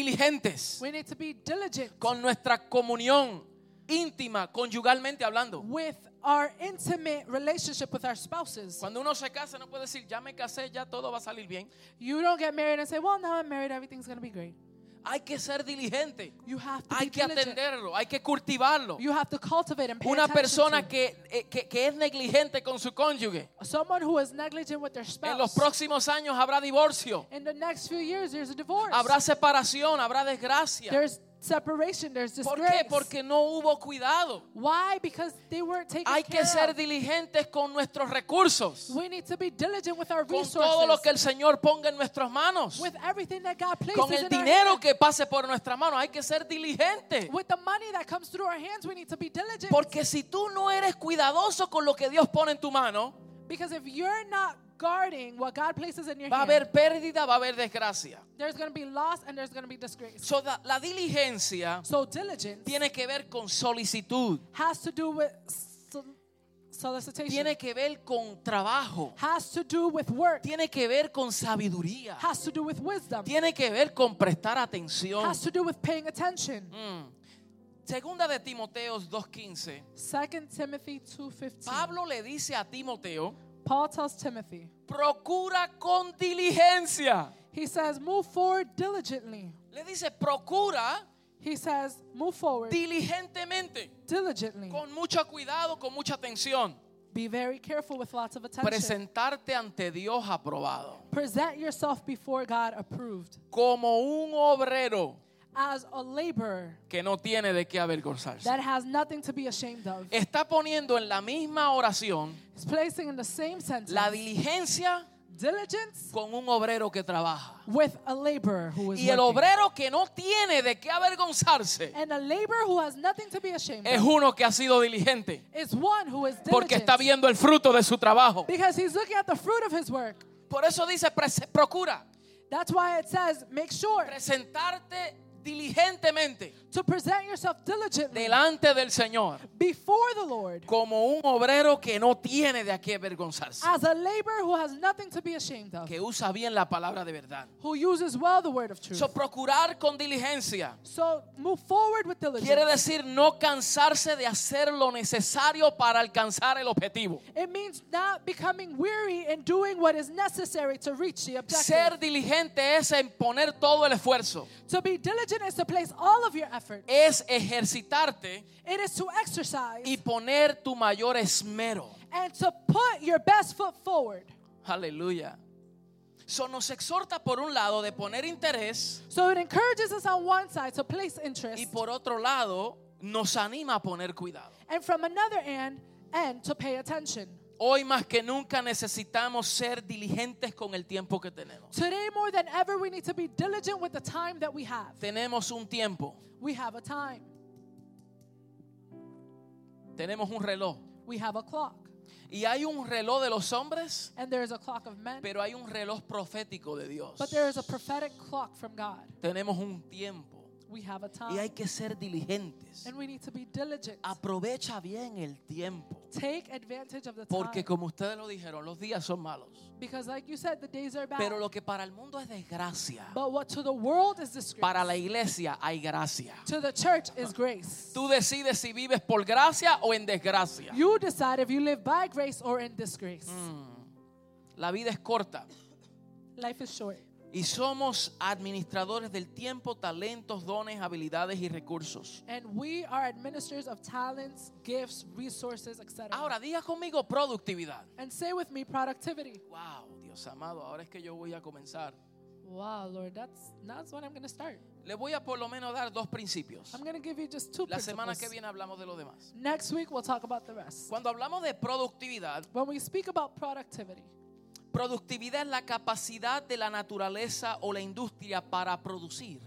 [SPEAKER 1] diligentes
[SPEAKER 2] We need to be diligent
[SPEAKER 1] con nuestra comunión íntima, conyugalmente hablando.
[SPEAKER 2] with our intimate relationship with our spouses.
[SPEAKER 1] Cuando uno se casa no puede decir, ya me casé, ya todo va a salir bien.
[SPEAKER 2] You don't get married and say, "Well, now I'm married, everything's going to be great."
[SPEAKER 1] Hay que ser diligente,
[SPEAKER 2] You have to
[SPEAKER 1] hay
[SPEAKER 2] be
[SPEAKER 1] que
[SPEAKER 2] diligent.
[SPEAKER 1] atenderlo, hay que cultivarlo.
[SPEAKER 2] You have to cultivate and pay
[SPEAKER 1] Una
[SPEAKER 2] attention
[SPEAKER 1] persona
[SPEAKER 2] to.
[SPEAKER 1] que, eh, que, que es negligente con su cónyuge,
[SPEAKER 2] someone who is negligent with their
[SPEAKER 1] en los
[SPEAKER 2] spouse.
[SPEAKER 1] próximos años habrá divorcio,
[SPEAKER 2] In the next few years, there's a divorce.
[SPEAKER 1] habrá separación, habrá desgracia.
[SPEAKER 2] There's separation. There's
[SPEAKER 1] ¿Por
[SPEAKER 2] disgrace.
[SPEAKER 1] qué? Porque no hubo cuidado.
[SPEAKER 2] Why? Because they weren't taken
[SPEAKER 1] Hay
[SPEAKER 2] care
[SPEAKER 1] que ser
[SPEAKER 2] of.
[SPEAKER 1] diligentes con nuestros recursos,
[SPEAKER 2] We need to be diligent with our
[SPEAKER 1] con
[SPEAKER 2] resources.
[SPEAKER 1] todo lo que el Señor ponga en nuestras manos.
[SPEAKER 2] with everything that God places
[SPEAKER 1] con el
[SPEAKER 2] in our
[SPEAKER 1] dinero
[SPEAKER 2] hands.
[SPEAKER 1] que pase por nuestra mano. Hay que ser diligente.
[SPEAKER 2] With the money that comes through our hands, we need to be diligent.
[SPEAKER 1] Porque si tú no eres cuidadoso con lo que Dios pone en tu mano,
[SPEAKER 2] because if you're not guarding what God places in your
[SPEAKER 1] va a
[SPEAKER 2] hand,
[SPEAKER 1] haber pérdida, va a haber desgracia.
[SPEAKER 2] there's going to be loss and there's going to be disgrace.
[SPEAKER 1] So, la, la diligencia
[SPEAKER 2] So diligence
[SPEAKER 1] tiene que ver con solicitud,
[SPEAKER 2] has to do with sol- solicitation.
[SPEAKER 1] tiene que ver con trabajo,
[SPEAKER 2] has to do with work.
[SPEAKER 1] tiene que ver con sabiduría,
[SPEAKER 2] Has to do with wisdom.
[SPEAKER 1] tiene que ver con prestar atención.
[SPEAKER 2] Has to do with paying attention.
[SPEAKER 1] Mm. Segunda de Timoteo 2.15,
[SPEAKER 2] Second Timothy 2:15.
[SPEAKER 1] Pablo le dice a Timoteo,
[SPEAKER 2] Paul tells Timothy,
[SPEAKER 1] procura con diligencia.
[SPEAKER 2] he says, "Move forward diligently."
[SPEAKER 1] Le dice, procura
[SPEAKER 2] He says, "Move forward
[SPEAKER 1] diligentemente,
[SPEAKER 2] diligently.
[SPEAKER 1] con mucho cuidado, con mucha atención,
[SPEAKER 2] Be very careful with lots of attention.
[SPEAKER 1] presentarte ante Dios aprobado,
[SPEAKER 2] Present yourself before God approved
[SPEAKER 1] como un obrero
[SPEAKER 2] as a laborer
[SPEAKER 1] que no tiene de qué avergonzarse.
[SPEAKER 2] that has nothing to be ashamed of."
[SPEAKER 1] Está poniendo en la misma oración
[SPEAKER 2] It's placing in the same sentence
[SPEAKER 1] la diligencia
[SPEAKER 2] diligence
[SPEAKER 1] con un obrero que trabaja.
[SPEAKER 2] with a laborer who is
[SPEAKER 1] Y el
[SPEAKER 2] working.
[SPEAKER 1] obrero que no tiene de qué avergonzarse
[SPEAKER 2] And a laborer who has nothing to be ashamed
[SPEAKER 1] es
[SPEAKER 2] of
[SPEAKER 1] uno que ha sido diligente,
[SPEAKER 2] is one who is
[SPEAKER 1] Eh, porque está
[SPEAKER 2] diligent
[SPEAKER 1] viendo el fruto de su trabajo.
[SPEAKER 2] because he's looking at the fruit of his work.
[SPEAKER 1] Por eso dice, "Prese- procura.
[SPEAKER 2] That's why it says, make sure
[SPEAKER 1] presentarte diligentemente
[SPEAKER 2] to present yourself diligently
[SPEAKER 1] delante del Señor
[SPEAKER 2] before the Lord
[SPEAKER 1] como un obrero que no tiene de qué avergonzarse,
[SPEAKER 2] as a laborer who has nothing to be ashamed of,
[SPEAKER 1] que usa bien la palabra de verdad.
[SPEAKER 2] who uses well the word of truth.
[SPEAKER 1] So, procurar con diligencia
[SPEAKER 2] So move forward with
[SPEAKER 1] quiere
[SPEAKER 2] diligence.
[SPEAKER 1] decir no cansarse de hacer lo necesario para alcanzar el objetivo.
[SPEAKER 2] It means not becoming weary and doing what is necessary to reach the objective.
[SPEAKER 1] Ser diligente es en poner todo el esfuerzo,
[SPEAKER 2] To be diligent is to place all of your effort.
[SPEAKER 1] es ejercitarte
[SPEAKER 2] It is to exercise
[SPEAKER 1] y poner tu mayor esmero.
[SPEAKER 2] and to put your best foot forward.
[SPEAKER 1] Aleluya. So nos exhorta por un lado de poner interés
[SPEAKER 2] So it encourages us on one side to place
[SPEAKER 1] y
[SPEAKER 2] interest,
[SPEAKER 1] por otro lado nos anima a poner cuidado.
[SPEAKER 2] and from another end, end to pay attention.
[SPEAKER 1] Hoy más que nunca necesitamos ser diligentes con el tiempo que tenemos.
[SPEAKER 2] Today more than ever, we need to be diligent with the time that we have.
[SPEAKER 1] Tenemos un tiempo,
[SPEAKER 2] We have a time.
[SPEAKER 1] tenemos un reloj.
[SPEAKER 2] We have a clock,
[SPEAKER 1] Y hay un reloj de los hombres,
[SPEAKER 2] and there is a clock of men,
[SPEAKER 1] pero hay un reloj profético de Dios.
[SPEAKER 2] but there is a prophetic clock from God.
[SPEAKER 1] Tenemos un tiempo
[SPEAKER 2] We have a
[SPEAKER 1] y
[SPEAKER 2] time,
[SPEAKER 1] hay que Ah. ser diligentes.
[SPEAKER 2] and we need to be diligent.
[SPEAKER 1] Aprovecha bien el tiempo,
[SPEAKER 2] Take advantage of the
[SPEAKER 1] porque
[SPEAKER 2] time,
[SPEAKER 1] como ustedes lo dijeron, los días son malos.
[SPEAKER 2] because like you said, the days are bad.
[SPEAKER 1] Pero lo que para el mundo es desgracia,
[SPEAKER 2] But what to the world is disgrace,
[SPEAKER 1] para la iglesia hay gracia.
[SPEAKER 2] to the church is grace.
[SPEAKER 1] Tú decides si vives por gracia o en desgracia.
[SPEAKER 2] You decide if you live by grace or in disgrace.
[SPEAKER 1] Mm. La vida es corta
[SPEAKER 2] Life is short.
[SPEAKER 1] y somos administradores del tiempo, talentos, dones, habilidades y recursos.
[SPEAKER 2] And we are administrators of talents, gifts, resources, etc.
[SPEAKER 1] Ahora diga conmigo productividad.
[SPEAKER 2] And say with me productivity.
[SPEAKER 1] Wow, Dios amado, ahora es que yo voy a comenzar.
[SPEAKER 2] Wow, Lord, that's that's when I'm going to start.
[SPEAKER 1] Le voy a por lo menos dar dos principios.
[SPEAKER 2] I'm going to give you just two
[SPEAKER 1] La semana que
[SPEAKER 2] principles.
[SPEAKER 1] viene hablamos de lo demás.
[SPEAKER 2] Next week we'll talk about the rest.
[SPEAKER 1] Cuando hablamos de productividad,
[SPEAKER 2] When we speak about productivity,
[SPEAKER 1] productividad es la capacidad de la naturaleza o la industria para producir.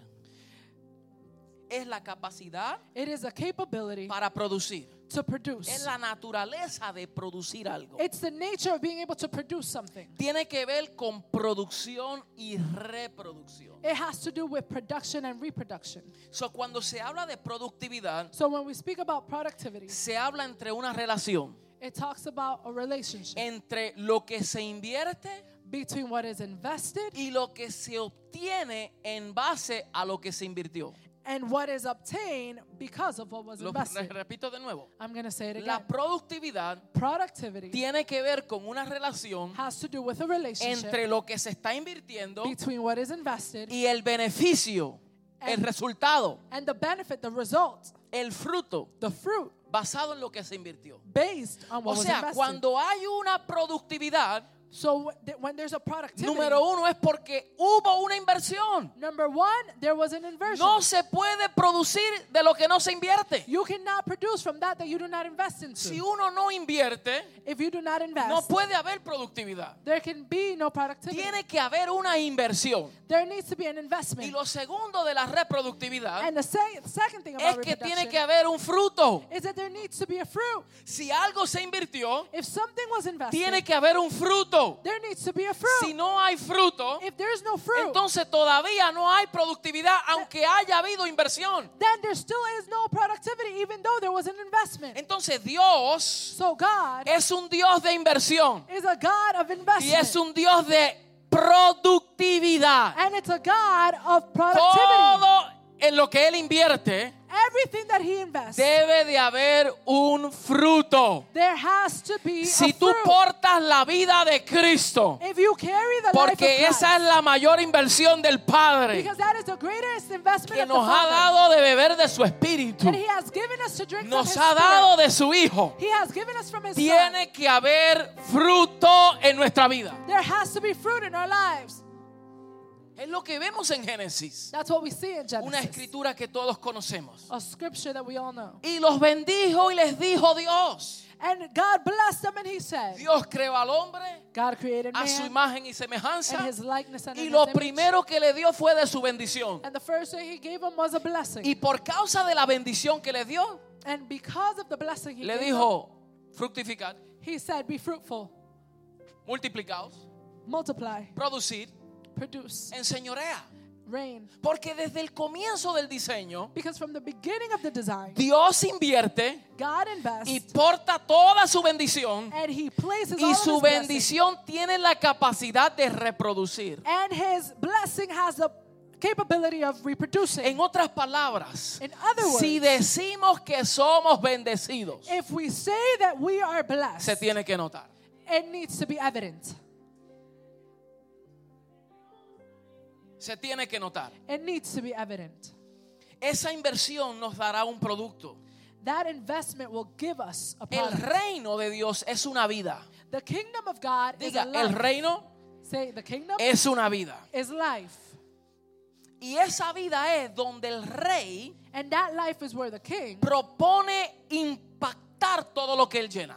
[SPEAKER 1] Es la capacidad
[SPEAKER 2] it is a capability
[SPEAKER 1] para producir.
[SPEAKER 2] to
[SPEAKER 1] Es
[SPEAKER 2] produce.
[SPEAKER 1] la naturaleza de producir algo.
[SPEAKER 2] It's the nature of being able to produce something.
[SPEAKER 1] Tiene que ver con producción y reproducción.
[SPEAKER 2] It has to do with production and reproduction.
[SPEAKER 1] So, cuando se habla de productividad,
[SPEAKER 2] So when we speak about productivity,
[SPEAKER 1] se habla entre una relación
[SPEAKER 2] it talks about a relationship
[SPEAKER 1] entre lo que se invierte
[SPEAKER 2] between what is invested
[SPEAKER 1] y lo que se obtiene en base a lo que se invirtió.
[SPEAKER 2] and what is obtained because of what was
[SPEAKER 1] Lo re-
[SPEAKER 2] invested.
[SPEAKER 1] repito de nuevo.
[SPEAKER 2] I'm going to say it again.
[SPEAKER 1] La productividad
[SPEAKER 2] Productivity
[SPEAKER 1] tiene que ver con una relación
[SPEAKER 2] has to do with a relationship
[SPEAKER 1] entre lo que se está invirtiendo
[SPEAKER 2] between what is invested
[SPEAKER 1] y el beneficio, el resultado,
[SPEAKER 2] and the benefit, the result,
[SPEAKER 1] el fruto
[SPEAKER 2] the fruit
[SPEAKER 1] basado en lo que se invirtió.
[SPEAKER 2] based on
[SPEAKER 1] O
[SPEAKER 2] what was
[SPEAKER 1] sea,
[SPEAKER 2] invested.
[SPEAKER 1] cuando hay una productividad,
[SPEAKER 2] So wh- th- when there's a productivity,
[SPEAKER 1] número uno es porque hubo una inversión.
[SPEAKER 2] number one, there was an inversion.
[SPEAKER 1] No se puede producir de lo que no se invierte.
[SPEAKER 2] You cannot produce from that that you do not invest
[SPEAKER 1] Si
[SPEAKER 2] into.
[SPEAKER 1] uno no invierte,
[SPEAKER 2] If you do not
[SPEAKER 1] no
[SPEAKER 2] invest,
[SPEAKER 1] puede haber productividad.
[SPEAKER 2] there can be no productivity.
[SPEAKER 1] Tiene que haber una inversión.
[SPEAKER 2] There needs to be an
[SPEAKER 1] Y
[SPEAKER 2] investment.
[SPEAKER 1] lo segundo de la reproductividad
[SPEAKER 2] And the se- second thing
[SPEAKER 1] es
[SPEAKER 2] about
[SPEAKER 1] que tiene que
[SPEAKER 2] reproduction
[SPEAKER 1] haber un fruto.
[SPEAKER 2] is that there needs to be a fruit.
[SPEAKER 1] Si algo se invirtió,
[SPEAKER 2] If something was
[SPEAKER 1] tiene
[SPEAKER 2] invested,
[SPEAKER 1] que haber un fruto.
[SPEAKER 2] there needs to be a
[SPEAKER 1] Si
[SPEAKER 2] fruit.
[SPEAKER 1] no hay fruto,
[SPEAKER 2] If there's no fruit,
[SPEAKER 1] entonces todavía no hay productividad aunque haya habido inversión.
[SPEAKER 2] then there still is no productivity, even though there was an investment.
[SPEAKER 1] Entonces Dios
[SPEAKER 2] So God
[SPEAKER 1] es un Dios de inversión
[SPEAKER 2] is a God of
[SPEAKER 1] Eh y es
[SPEAKER 2] investment.
[SPEAKER 1] un Dios de productividad.
[SPEAKER 2] And it's a God of productivity.
[SPEAKER 1] Todo en lo que Él invierte
[SPEAKER 2] Everything that He invests,
[SPEAKER 1] debe de haber un fruto.
[SPEAKER 2] there has to be a
[SPEAKER 1] Si tú
[SPEAKER 2] fruit.
[SPEAKER 1] portas la vida de Cristo,
[SPEAKER 2] If you carry the life of
[SPEAKER 1] porque esa es
[SPEAKER 2] Christ,
[SPEAKER 1] la mayor inversión del Padre
[SPEAKER 2] because that is the greatest investment
[SPEAKER 1] que
[SPEAKER 2] of the
[SPEAKER 1] nos ha
[SPEAKER 2] Father.
[SPEAKER 1] dado de beber de su espíritu,
[SPEAKER 2] And He has given us to drink from
[SPEAKER 1] nos
[SPEAKER 2] His
[SPEAKER 1] ha
[SPEAKER 2] Spirit.
[SPEAKER 1] dado de su Hijo.
[SPEAKER 2] He has given us from His Son.
[SPEAKER 1] Tiene que haber fruto en nuestra vida.
[SPEAKER 2] There has to be fruit in our lives.
[SPEAKER 1] Es lo que vemos en Génesis,
[SPEAKER 2] That's what we see in
[SPEAKER 1] una
[SPEAKER 2] Genesis.
[SPEAKER 1] escritura que todos conocemos.
[SPEAKER 2] A scripture that we all know.
[SPEAKER 1] Y los bendijo y les dijo Dios.
[SPEAKER 2] And God blessed them and He said,
[SPEAKER 1] Dios creó al hombre
[SPEAKER 2] God created
[SPEAKER 1] a su
[SPEAKER 2] man
[SPEAKER 1] imagen y
[SPEAKER 2] and
[SPEAKER 1] semejanza.
[SPEAKER 2] His likeness and
[SPEAKER 1] Y
[SPEAKER 2] in
[SPEAKER 1] lo
[SPEAKER 2] His image.
[SPEAKER 1] primero que le dio fue de su bendición.
[SPEAKER 2] And the first thing He gave him was a
[SPEAKER 1] Y
[SPEAKER 2] blessing.
[SPEAKER 1] por causa de la bendición que le dio,
[SPEAKER 2] And because of the blessing He
[SPEAKER 1] le
[SPEAKER 2] gave him,
[SPEAKER 1] dijo, fructificad,
[SPEAKER 2] He said, Be fruitful,
[SPEAKER 1] multiplicaos,
[SPEAKER 2] multiply,
[SPEAKER 1] producir,
[SPEAKER 2] produce,
[SPEAKER 1] enseñorea.
[SPEAKER 2] reign.
[SPEAKER 1] Porque desde el comienzo del diseño,
[SPEAKER 2] Because from the beginning of the design,
[SPEAKER 1] Dios invierte
[SPEAKER 2] God
[SPEAKER 1] y
[SPEAKER 2] invests
[SPEAKER 1] porta toda su bendición.
[SPEAKER 2] and He places all
[SPEAKER 1] Y
[SPEAKER 2] of His
[SPEAKER 1] su
[SPEAKER 2] blessing,
[SPEAKER 1] bendición tiene la capacidad de reproducir.
[SPEAKER 2] and His blessing has the capability of reproducing.
[SPEAKER 1] En otras palabras,
[SPEAKER 2] In other words,
[SPEAKER 1] si decimos que somos bendecidos,
[SPEAKER 2] if we say that we are blessed,
[SPEAKER 1] se tiene que notar.
[SPEAKER 2] it needs to be evident.
[SPEAKER 1] Se tiene que notar.
[SPEAKER 2] It needs to be evident.
[SPEAKER 1] Esa inversión nos dará un producto.
[SPEAKER 2] That investment will give us a
[SPEAKER 1] El
[SPEAKER 2] product.
[SPEAKER 1] reino de Dios es una vida.
[SPEAKER 2] The kingdom of God is
[SPEAKER 1] Diga,
[SPEAKER 2] a
[SPEAKER 1] el
[SPEAKER 2] life.
[SPEAKER 1] reino
[SPEAKER 2] Say, the kingdom
[SPEAKER 1] es una vida.
[SPEAKER 2] is life.
[SPEAKER 1] Y esa vida es donde el rey
[SPEAKER 2] And that life is where the king
[SPEAKER 1] propone impactar todo lo que él llena.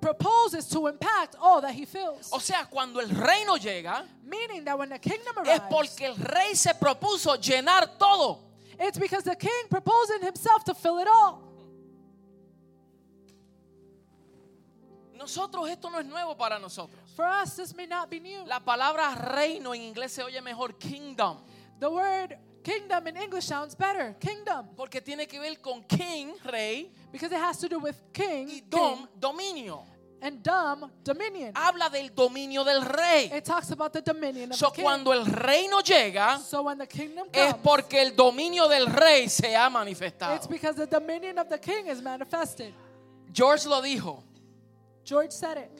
[SPEAKER 2] proposes to impact all that he fills.
[SPEAKER 1] O sea, cuando el reino llega,
[SPEAKER 2] Meaning that when the kingdom
[SPEAKER 1] es
[SPEAKER 2] arrives,
[SPEAKER 1] porque el rey se propuso llenar todo.
[SPEAKER 2] it's because the king proposing himself to fill it all.
[SPEAKER 1] Nosotros esto no es nuevo para nosotros.
[SPEAKER 2] For us, this may not be new.
[SPEAKER 1] La palabra reino en inglés se oye mejor kingdom,
[SPEAKER 2] The word kingdom in English sounds better. Kingdom.
[SPEAKER 1] porque tiene que ver con king, rey,
[SPEAKER 2] Because it has to do with
[SPEAKER 1] y
[SPEAKER 2] king,
[SPEAKER 1] dom,
[SPEAKER 2] king,
[SPEAKER 1] dominio.
[SPEAKER 2] and dumb, dominion.
[SPEAKER 1] Habla del dominio del rey.
[SPEAKER 2] It talks about the dominion of the
[SPEAKER 1] So,
[SPEAKER 2] king.
[SPEAKER 1] cuando el reino llega,
[SPEAKER 2] So when the kingdom
[SPEAKER 1] es
[SPEAKER 2] comes,
[SPEAKER 1] porque el dominio del rey se ha
[SPEAKER 2] it's
[SPEAKER 1] manifestado.
[SPEAKER 2] because the dominion of the king is manifested.
[SPEAKER 1] George lo dijo,
[SPEAKER 2] George said it.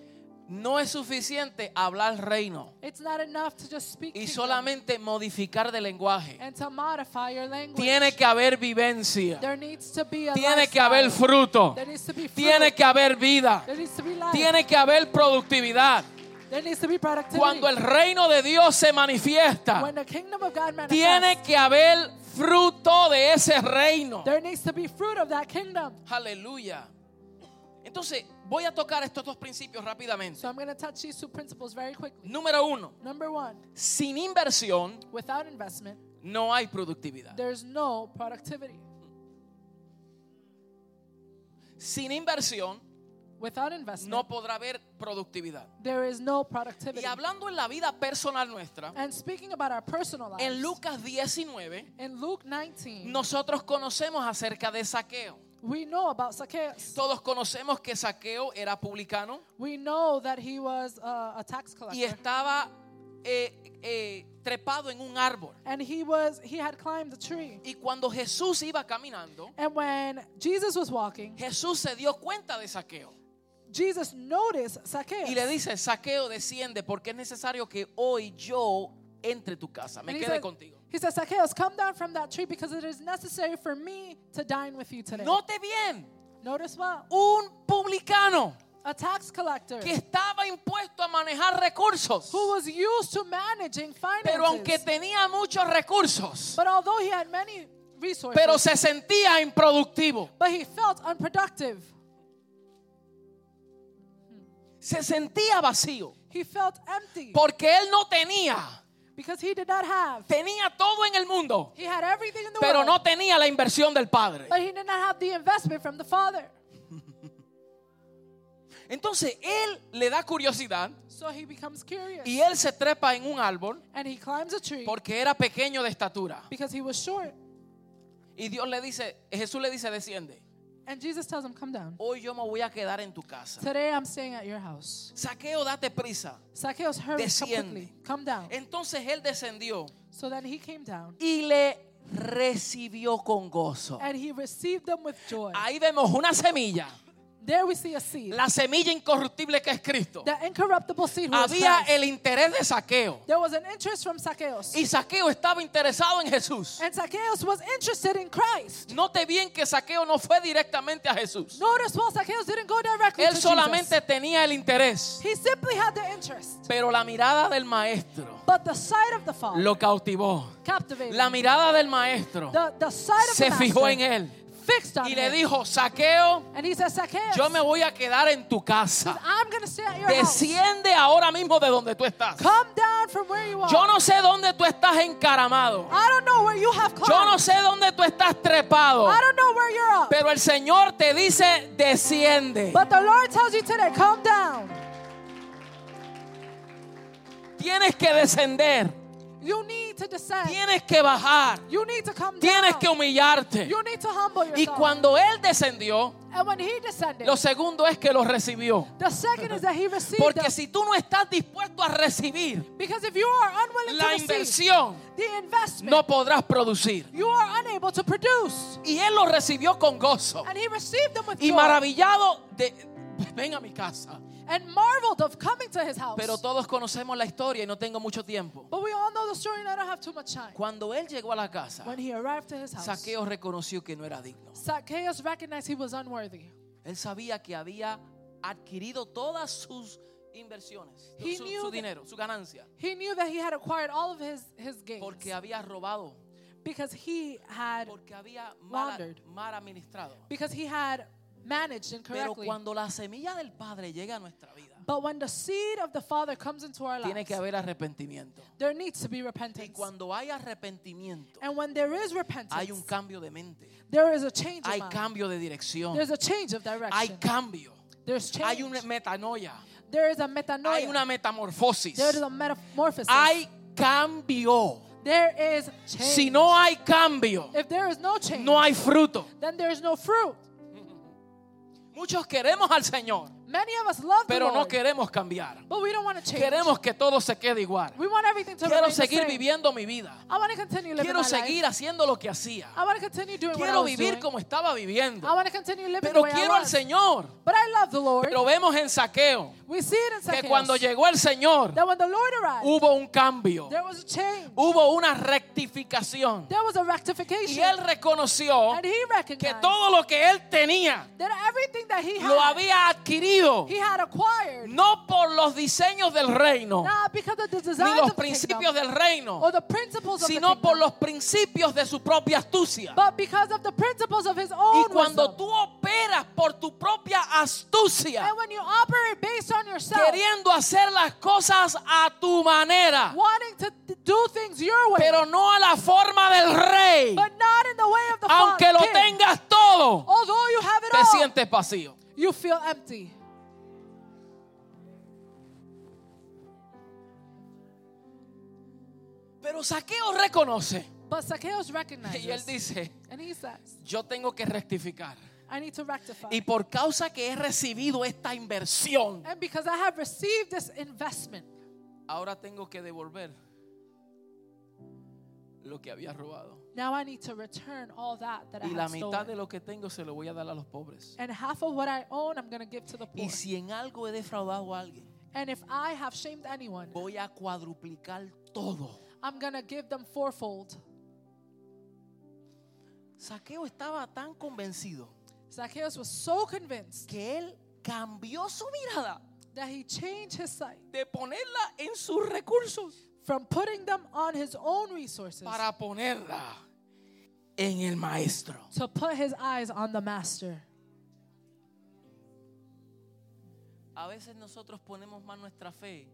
[SPEAKER 1] no es suficiente hablar reino
[SPEAKER 2] It's not enough to just speak
[SPEAKER 1] y
[SPEAKER 2] kingdom
[SPEAKER 1] solamente modificar de lenguaje.
[SPEAKER 2] and to modify your language.
[SPEAKER 1] Tiene que haber vivencia,
[SPEAKER 2] there needs to be a
[SPEAKER 1] tiene que
[SPEAKER 2] lifestyle.
[SPEAKER 1] haber fruto,
[SPEAKER 2] There needs to be fruit.
[SPEAKER 1] tiene que haber vida,
[SPEAKER 2] there needs to be life.
[SPEAKER 1] tiene que haber productividad.
[SPEAKER 2] there needs to be productivity.
[SPEAKER 1] Cuando el reino de Dios se manifiesta,
[SPEAKER 2] when the kingdom of God manifests,
[SPEAKER 1] tiene que haber fruto de ese reino.
[SPEAKER 2] there needs to be fruit of that kingdom.
[SPEAKER 1] Aleluya. Entonces, voy a tocar estos dos principios rápidamente.
[SPEAKER 2] So I'm going to touch these two principles very quickly.
[SPEAKER 1] Número uno,
[SPEAKER 2] Number one,
[SPEAKER 1] sin inversión
[SPEAKER 2] without investment,
[SPEAKER 1] no hay productividad.
[SPEAKER 2] there's no productivity.
[SPEAKER 1] Sin inversión
[SPEAKER 2] Without investment,
[SPEAKER 1] no podrá haber productividad.
[SPEAKER 2] there is no productivity.
[SPEAKER 1] Y hablando en la vida personal nuestra,
[SPEAKER 2] And speaking about our personal lives,
[SPEAKER 1] en Lucas 19,
[SPEAKER 2] in Luke 19,
[SPEAKER 1] nosotros conocemos acerca de Saqueo.
[SPEAKER 2] we know about Zacchaeus.
[SPEAKER 1] Todos conocemos que Saqueo era publicano
[SPEAKER 2] We know that he was uh, a tax
[SPEAKER 1] y
[SPEAKER 2] collector,
[SPEAKER 1] estaba eh, eh, trepado en un árbol.
[SPEAKER 2] and he was he had climbed the tree.
[SPEAKER 1] Y cuando Jesús iba caminando,
[SPEAKER 2] And when Jesus was walking,
[SPEAKER 1] Jesús se dio cuenta de Saqueo.
[SPEAKER 2] Jesus noticed Zacchaeus,
[SPEAKER 1] Y le dice, saqueo, desciende, porque es necesario que hoy yo entre tu casa, me
[SPEAKER 2] and he
[SPEAKER 1] quede
[SPEAKER 2] said,
[SPEAKER 1] contigo.
[SPEAKER 2] He said, "Zacchaeus, come down from that tree because it is necessary for me to dine with you today."
[SPEAKER 1] Note bien,
[SPEAKER 2] Notice well,
[SPEAKER 1] un publicano
[SPEAKER 2] a tax collector
[SPEAKER 1] que estaba impuesto a manejar recursos,
[SPEAKER 2] who was used to managing finances,
[SPEAKER 1] pero aunque tenía muchos recursos,
[SPEAKER 2] but although he had many resources,
[SPEAKER 1] pero se sentía improductivo,
[SPEAKER 2] but he felt unproductive.
[SPEAKER 1] se sentía vacío,
[SPEAKER 2] He felt empty
[SPEAKER 1] porque él no tenía,
[SPEAKER 2] because he did not have.
[SPEAKER 1] tenía todo en el mundo,
[SPEAKER 2] He had everything in the
[SPEAKER 1] pero
[SPEAKER 2] world,
[SPEAKER 1] no tenía la inversión del Padre.
[SPEAKER 2] but he did not have the investment from the Father.
[SPEAKER 1] Entonces él le da curiosidad
[SPEAKER 2] So he becomes curious.
[SPEAKER 1] y él se trepa en un árbol
[SPEAKER 2] and he climbs a tree
[SPEAKER 1] porque era pequeño de estatura.
[SPEAKER 2] because he was short.
[SPEAKER 1] Y Dios le dice, Jesús le dice, desciende.
[SPEAKER 2] And Jesus tells him, Come down.
[SPEAKER 1] Hoy yo me voy a quedar en tu casa.
[SPEAKER 2] Today I'm staying at your house.
[SPEAKER 1] Saqueo, date prisa.
[SPEAKER 2] Zacchaeus hurry, come
[SPEAKER 1] Desciende.
[SPEAKER 2] quickly. Come down.
[SPEAKER 1] Entonces él descendió
[SPEAKER 2] So then he came down
[SPEAKER 1] y le recibió con gozo.
[SPEAKER 2] and he received them with joy.
[SPEAKER 1] Ahí vemos una semilla,
[SPEAKER 2] There we see a seed,
[SPEAKER 1] la semilla incorruptible que es Cristo.
[SPEAKER 2] the incorruptible seed. Who is
[SPEAKER 1] Había
[SPEAKER 2] Christ.
[SPEAKER 1] el interés de Saqueo
[SPEAKER 2] there was an interest from Zacchaeus.
[SPEAKER 1] y Saqueo estaba interesado en Jesús.
[SPEAKER 2] And Zacchaeus was interested in Christ.
[SPEAKER 1] Note bien que Saqueo no fue directamente a Jesús.
[SPEAKER 2] Notice well, Zacchaeus didn't go directly
[SPEAKER 1] Él
[SPEAKER 2] to
[SPEAKER 1] solamente tenía el interés,
[SPEAKER 2] Jesus. He simply had the interest.
[SPEAKER 1] pero la mirada del maestro
[SPEAKER 2] But the sight of the Father
[SPEAKER 1] lo cautivó.
[SPEAKER 2] captivated.
[SPEAKER 1] La mirada del maestro
[SPEAKER 2] The, the sight of
[SPEAKER 1] se
[SPEAKER 2] the
[SPEAKER 1] fijó
[SPEAKER 2] master
[SPEAKER 1] en él
[SPEAKER 2] fixed on
[SPEAKER 1] y le
[SPEAKER 2] him.
[SPEAKER 1] dijo, Saqueo,
[SPEAKER 2] and he says, Zacchaeus,
[SPEAKER 1] yo me voy a quedar en tu casa.
[SPEAKER 2] I'm going to stay at your house.
[SPEAKER 1] Desciende ahora mismo de donde tú estás.
[SPEAKER 2] Come down from where you are.
[SPEAKER 1] Yo no sé dónde tú estás encaramado.
[SPEAKER 2] I don't know where you have come.
[SPEAKER 1] Yo no sé dónde tú estás trepado.
[SPEAKER 2] I don't know where you're up.
[SPEAKER 1] Pero el Señor te dice, desciende.
[SPEAKER 2] But the Lord tells you today, come down.
[SPEAKER 1] Tienes que descender.
[SPEAKER 2] You need to descend.
[SPEAKER 1] Tienes que bajar.
[SPEAKER 2] You need to come
[SPEAKER 1] Tienes
[SPEAKER 2] down.
[SPEAKER 1] que humillarte.
[SPEAKER 2] You need to humble
[SPEAKER 1] Y
[SPEAKER 2] yourself.
[SPEAKER 1] cuando él descendió,
[SPEAKER 2] and when he descended,
[SPEAKER 1] lo segundo es que lo recibió.
[SPEAKER 2] the second is that he received
[SPEAKER 1] Porque
[SPEAKER 2] them.
[SPEAKER 1] si tú no estás dispuesto a recibir
[SPEAKER 2] Because if you are unwilling
[SPEAKER 1] la
[SPEAKER 2] to receive
[SPEAKER 1] inversión,
[SPEAKER 2] the investment,
[SPEAKER 1] no podrás producir.
[SPEAKER 2] you are unable to produce.
[SPEAKER 1] Y él lo recibió con gozo.
[SPEAKER 2] And he received them with
[SPEAKER 1] Y
[SPEAKER 2] joy
[SPEAKER 1] maravillado de ven a mi casa.
[SPEAKER 2] and marveled of coming to his house.
[SPEAKER 1] Pero todos conocemos la historia y no tengo mucho tiempo.
[SPEAKER 2] but we all know the story, and I don't have too much time.
[SPEAKER 1] Cuando él llegó a la casa,
[SPEAKER 2] When he arrived to his house,
[SPEAKER 1] Saqueo reconoció que no era digno.
[SPEAKER 2] Zacchaeus recognized he was unworthy.
[SPEAKER 1] Él sabía que había adquirido todas sus inversiones,
[SPEAKER 2] He
[SPEAKER 1] su,
[SPEAKER 2] knew
[SPEAKER 1] su
[SPEAKER 2] that-
[SPEAKER 1] dinero, su ganancia,
[SPEAKER 2] He knew that he had acquired all of his, his gains
[SPEAKER 1] porque había robado,
[SPEAKER 2] because he had
[SPEAKER 1] porque había mal,
[SPEAKER 2] Laundered.
[SPEAKER 1] mal administrado.
[SPEAKER 2] because he had managed
[SPEAKER 1] Pero
[SPEAKER 2] incorrectly.
[SPEAKER 1] cuando la semilla del Padre llega a nuestra vida,
[SPEAKER 2] But when the seed of the Father comes into our
[SPEAKER 1] tiene
[SPEAKER 2] lives,
[SPEAKER 1] que haber arrepentimiento.
[SPEAKER 2] there needs to be
[SPEAKER 1] Y
[SPEAKER 2] repentance.
[SPEAKER 1] cuando hay arrepentimiento,
[SPEAKER 2] And when there is
[SPEAKER 1] hay un
[SPEAKER 2] repentance,
[SPEAKER 1] cambio de mente,
[SPEAKER 2] there is a change of
[SPEAKER 1] hay
[SPEAKER 2] mind.
[SPEAKER 1] cambio de dirección,
[SPEAKER 2] There's a change of
[SPEAKER 1] hay
[SPEAKER 2] direction.
[SPEAKER 1] cambio,
[SPEAKER 2] There's
[SPEAKER 1] hay una
[SPEAKER 2] change.
[SPEAKER 1] metanoia,
[SPEAKER 2] There is a
[SPEAKER 1] hay una
[SPEAKER 2] metanoia.
[SPEAKER 1] metamorfosis,
[SPEAKER 2] There is a metamorphosis.
[SPEAKER 1] hay cambio.
[SPEAKER 2] There is
[SPEAKER 1] Si
[SPEAKER 2] change.
[SPEAKER 1] no hay cambio,
[SPEAKER 2] If there is no change,
[SPEAKER 1] no hay fruto.
[SPEAKER 2] then there is no fruit.
[SPEAKER 1] Muchos queremos al Señor,
[SPEAKER 2] Many of us love the
[SPEAKER 1] pero no
[SPEAKER 2] Lord,
[SPEAKER 1] queremos cambiar.
[SPEAKER 2] but we don't want to change.
[SPEAKER 1] Queremos que todo se quede igual.
[SPEAKER 2] we want everything to
[SPEAKER 1] Quiero
[SPEAKER 2] remain the
[SPEAKER 1] seguir
[SPEAKER 2] same.
[SPEAKER 1] viviendo mi vida.
[SPEAKER 2] I want to continue living
[SPEAKER 1] Quiero
[SPEAKER 2] my life.
[SPEAKER 1] seguir haciendo lo que hacía.
[SPEAKER 2] I want to continue doing what I
[SPEAKER 1] Quiero
[SPEAKER 2] was
[SPEAKER 1] vivir
[SPEAKER 2] doing.
[SPEAKER 1] como estaba viviendo.
[SPEAKER 2] I want to continue living the
[SPEAKER 1] Pero
[SPEAKER 2] way I
[SPEAKER 1] quiero al
[SPEAKER 2] was.
[SPEAKER 1] Señor.
[SPEAKER 2] But I love the Lord.
[SPEAKER 1] Lo vemos en saqueo.
[SPEAKER 2] we see it in
[SPEAKER 1] Que
[SPEAKER 2] Zacchaeus.
[SPEAKER 1] cuando llegó el Señor,
[SPEAKER 2] that when the Lord arrived,
[SPEAKER 1] hubo un cambio.
[SPEAKER 2] there was a change.
[SPEAKER 1] Hubo una rectificación.
[SPEAKER 2] there was a
[SPEAKER 1] Y
[SPEAKER 2] rectification.
[SPEAKER 1] él reconoció
[SPEAKER 2] and he
[SPEAKER 1] que
[SPEAKER 2] recognized
[SPEAKER 1] todo lo que él tenía
[SPEAKER 2] that everything that he
[SPEAKER 1] lo
[SPEAKER 2] had,
[SPEAKER 1] había adquirido.
[SPEAKER 2] he had acquired.
[SPEAKER 1] no por los diseños del reino,
[SPEAKER 2] Not because of the
[SPEAKER 1] ni
[SPEAKER 2] designs
[SPEAKER 1] los
[SPEAKER 2] of the kingdom,
[SPEAKER 1] principios del reino,
[SPEAKER 2] or the principles of the
[SPEAKER 1] sino por
[SPEAKER 2] kingdom,
[SPEAKER 1] los principios de su propia astucia.
[SPEAKER 2] but because of the principles of his
[SPEAKER 1] Y
[SPEAKER 2] own
[SPEAKER 1] cuando
[SPEAKER 2] wisdom.
[SPEAKER 1] tú operas por tu propia astucia,
[SPEAKER 2] and when you operate based on yourself,
[SPEAKER 1] queriendo hacer las cosas a tu manera,
[SPEAKER 2] wanting to th- do things your way,
[SPEAKER 1] pero no a la forma del rey,
[SPEAKER 2] but not in the way of the
[SPEAKER 1] aunque
[SPEAKER 2] Father,
[SPEAKER 1] lo
[SPEAKER 2] King,
[SPEAKER 1] tengas todo,
[SPEAKER 2] although you have it
[SPEAKER 1] te
[SPEAKER 2] all,
[SPEAKER 1] sientes vacío.
[SPEAKER 2] you feel empty.
[SPEAKER 1] Pero Saqueo reconoce
[SPEAKER 2] But Zacchaeus
[SPEAKER 1] y él
[SPEAKER 2] recognizes,
[SPEAKER 1] dice,
[SPEAKER 2] and he says,
[SPEAKER 1] yo tengo que rectificar.
[SPEAKER 2] I need to rectify.
[SPEAKER 1] Y por causa que he recibido esta inversión,
[SPEAKER 2] and because I have received this investment,
[SPEAKER 1] ahora tengo que devolver lo que había robado.
[SPEAKER 2] now I need to return all that that I
[SPEAKER 1] Y la
[SPEAKER 2] have
[SPEAKER 1] mitad de
[SPEAKER 2] stolen.
[SPEAKER 1] lo que tengo se lo voy a dar a los pobres.
[SPEAKER 2] And half of what I own, I'm going to give to the poor.
[SPEAKER 1] Y si en algo he defraudado a alguien,
[SPEAKER 2] And if I have shamed anyone,
[SPEAKER 1] voy a cuadruplicar todo.
[SPEAKER 2] I'm going to give them fourfold.
[SPEAKER 1] Saqueo estaba tan convencido
[SPEAKER 2] Zacchaeus was so convinced
[SPEAKER 1] que él cambió su mirada
[SPEAKER 2] that he changed his sight
[SPEAKER 1] de ponerla en sus recursos
[SPEAKER 2] from putting them on his own resources
[SPEAKER 1] para ponerla en el maestro.
[SPEAKER 2] to put his eyes on the master.
[SPEAKER 1] A veces nosotros ponemos más nuestra fe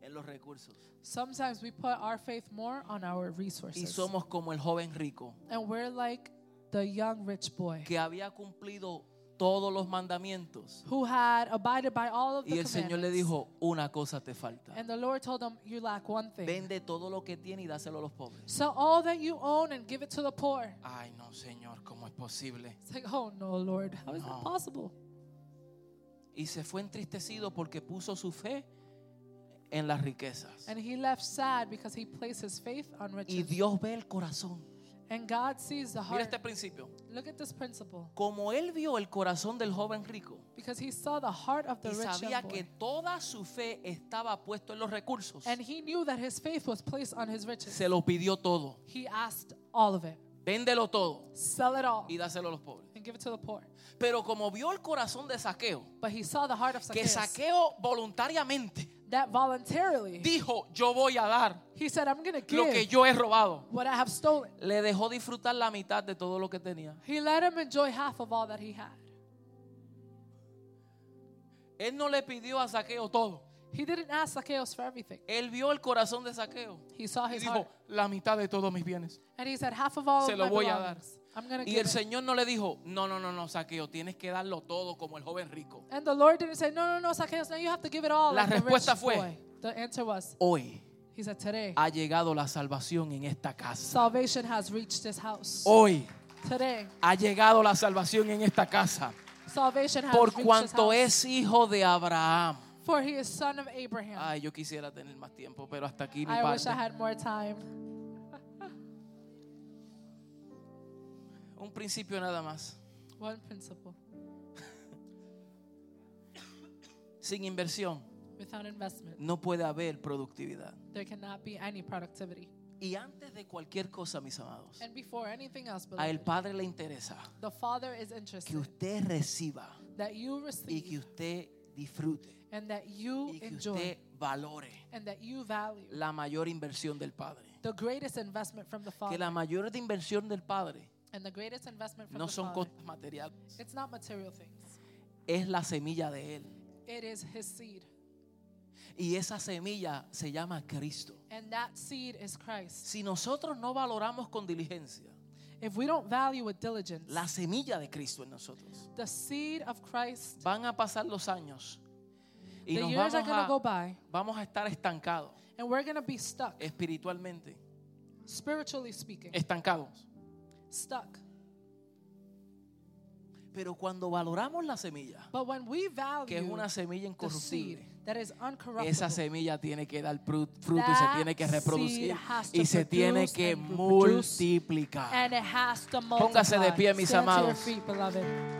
[SPEAKER 1] en los recursos
[SPEAKER 2] Sometimes we put our faith more on our
[SPEAKER 1] y
[SPEAKER 2] resources.
[SPEAKER 1] somos como el joven rico.
[SPEAKER 2] And we're like the young rich boy
[SPEAKER 1] que había cumplido todos los mandamientos.
[SPEAKER 2] who had abided by all of the
[SPEAKER 1] Y el Señor le
[SPEAKER 2] commandments.
[SPEAKER 1] dijo, una cosa te falta.
[SPEAKER 2] And the Lord told him, You lack one thing.
[SPEAKER 1] Vende todo lo que tiene y dáselo a los pobres.
[SPEAKER 2] Sell all that you own and give it to the poor.
[SPEAKER 1] Ay, no, Señor, ¿cómo es posible?
[SPEAKER 2] It's like, Oh no, Lord, how is
[SPEAKER 1] No.
[SPEAKER 2] that possible?
[SPEAKER 1] Y se fue entristecido porque puso su fe en las riquezas.
[SPEAKER 2] And he left sad because he placed his faith on
[SPEAKER 1] Y
[SPEAKER 2] riches.
[SPEAKER 1] Dios ve el corazón.
[SPEAKER 2] And God sees the
[SPEAKER 1] Mira
[SPEAKER 2] heart.
[SPEAKER 1] este principio.
[SPEAKER 2] Look at this principle.
[SPEAKER 1] Como él vio el corazón del joven rico
[SPEAKER 2] Because he saw the heart of the
[SPEAKER 1] y
[SPEAKER 2] rich young
[SPEAKER 1] sabía que
[SPEAKER 2] boy.
[SPEAKER 1] toda su fe estaba puesto en los recursos,
[SPEAKER 2] And he knew that his faith was placed on his riches.
[SPEAKER 1] se lo pidió todo.
[SPEAKER 2] He asked all of it.
[SPEAKER 1] Véndelo todo
[SPEAKER 2] Sell it all
[SPEAKER 1] y dáselo a los pobres.
[SPEAKER 2] and give it to the poor.
[SPEAKER 1] Pero como vio el corazón de Saqueo,
[SPEAKER 2] But he saw the heart of
[SPEAKER 1] que
[SPEAKER 2] Zacchaeus.
[SPEAKER 1] Saqueo voluntariamente
[SPEAKER 2] that voluntarily
[SPEAKER 1] dijo, yo voy a dar
[SPEAKER 2] he said, I'm going to
[SPEAKER 1] lo que
[SPEAKER 2] give
[SPEAKER 1] yo he robado.
[SPEAKER 2] what I have stolen.
[SPEAKER 1] Le dejó disfrutar la mitad de todo lo que tenía.
[SPEAKER 2] He let him enjoy half of all that he had.
[SPEAKER 1] Él no le pidió a Saqueo todo.
[SPEAKER 2] He didn't ask Zacchaeus for everything.
[SPEAKER 1] Él vio el corazón de Saqueo
[SPEAKER 2] He saw
[SPEAKER 1] y
[SPEAKER 2] his
[SPEAKER 1] dijo,
[SPEAKER 2] heart.
[SPEAKER 1] la mitad de todos mis bienes.
[SPEAKER 2] And he said, half of all
[SPEAKER 1] Se
[SPEAKER 2] of
[SPEAKER 1] lo
[SPEAKER 2] my
[SPEAKER 1] voy a dar.
[SPEAKER 2] belongings, I'm going to
[SPEAKER 1] Y el
[SPEAKER 2] give it.
[SPEAKER 1] Señor no le dijo, no, no, no, no, Saqueo, tienes que darlo todo como el joven rico.
[SPEAKER 2] And the Lord didn't say, no, no, no, Zacchaeus, now you have to give it all.
[SPEAKER 1] La
[SPEAKER 2] like the rich
[SPEAKER 1] respuesta fue- "Ah,
[SPEAKER 2] boy." The answer was,
[SPEAKER 1] Hoy
[SPEAKER 2] he He said, Today,
[SPEAKER 1] ha llegado la salvación en esta casa.
[SPEAKER 2] salvation has reached this house.
[SPEAKER 1] Hoy
[SPEAKER 2] Today,
[SPEAKER 1] ha llegado la salvación en esta casa.
[SPEAKER 2] salvation has
[SPEAKER 1] Por
[SPEAKER 2] reached this
[SPEAKER 1] cuanto
[SPEAKER 2] house.
[SPEAKER 1] es hijo de Abraham.
[SPEAKER 2] For he is son of
[SPEAKER 1] Ay,
[SPEAKER 2] Abraham.
[SPEAKER 1] Ah, yo quisiera tener más tiempo, pero hasta aquí mi
[SPEAKER 2] I wish I
[SPEAKER 1] parte.
[SPEAKER 2] had more time.
[SPEAKER 1] Un principio nada más.
[SPEAKER 2] One principle
[SPEAKER 1] Sin inversión
[SPEAKER 2] without investment,
[SPEAKER 1] no puede haber productividad.
[SPEAKER 2] there cannot be any productivity.
[SPEAKER 1] Y antes de cualquier cosa, mis amados,
[SPEAKER 2] And before anything else,
[SPEAKER 1] a el
[SPEAKER 2] beloved,
[SPEAKER 1] Padre le interesa
[SPEAKER 2] the Father is
[SPEAKER 1] que
[SPEAKER 2] interested
[SPEAKER 1] usted reciba
[SPEAKER 2] that you
[SPEAKER 1] y que
[SPEAKER 2] receive
[SPEAKER 1] usted disfrute
[SPEAKER 2] and that you
[SPEAKER 1] y que
[SPEAKER 2] enjoy
[SPEAKER 1] usted valore
[SPEAKER 2] and that you value
[SPEAKER 1] la mayor inversión del Padre.
[SPEAKER 2] the greatest investment from the
[SPEAKER 1] Que
[SPEAKER 2] Father.
[SPEAKER 1] la mayor de inversión del Padre
[SPEAKER 2] And the greatest investment from
[SPEAKER 1] no
[SPEAKER 2] the
[SPEAKER 1] son
[SPEAKER 2] Father,
[SPEAKER 1] cosas materiales,
[SPEAKER 2] it's not material things,
[SPEAKER 1] es la semilla de Él.
[SPEAKER 2] it is His seed.
[SPEAKER 1] Y esa semilla se llama Cristo.
[SPEAKER 2] And that seed is Christ.
[SPEAKER 1] Si nosotros no valoramos con diligencia
[SPEAKER 2] If we don't value with diligence
[SPEAKER 1] la semilla de Cristo en nosotros,
[SPEAKER 2] the seed of Christ,
[SPEAKER 1] van a pasar los años y
[SPEAKER 2] the
[SPEAKER 1] nos
[SPEAKER 2] years are
[SPEAKER 1] vamos
[SPEAKER 2] going to go
[SPEAKER 1] a,
[SPEAKER 2] by
[SPEAKER 1] vamos a estar estancados
[SPEAKER 2] and we're going to be stuck,
[SPEAKER 1] espiritualmente,
[SPEAKER 2] spiritually speaking,
[SPEAKER 1] estancados.
[SPEAKER 2] stuck.
[SPEAKER 1] Pero cuando valoramos la semilla,
[SPEAKER 2] But when we
[SPEAKER 1] que es
[SPEAKER 2] value
[SPEAKER 1] una semilla
[SPEAKER 2] the seed
[SPEAKER 1] incorruptible,
[SPEAKER 2] that is uncorruptible,
[SPEAKER 1] esa semilla tiene que dar fru- fruto y se
[SPEAKER 2] That
[SPEAKER 1] tiene que
[SPEAKER 2] seed
[SPEAKER 1] reproducir
[SPEAKER 2] has to
[SPEAKER 1] y se
[SPEAKER 2] produce
[SPEAKER 1] tiene que
[SPEAKER 2] and reproduce.
[SPEAKER 1] multiplicar.
[SPEAKER 2] and it has to multiply.
[SPEAKER 1] Póngase de pie, mis
[SPEAKER 2] Stand to your
[SPEAKER 1] amados.
[SPEAKER 2] feet, beloved.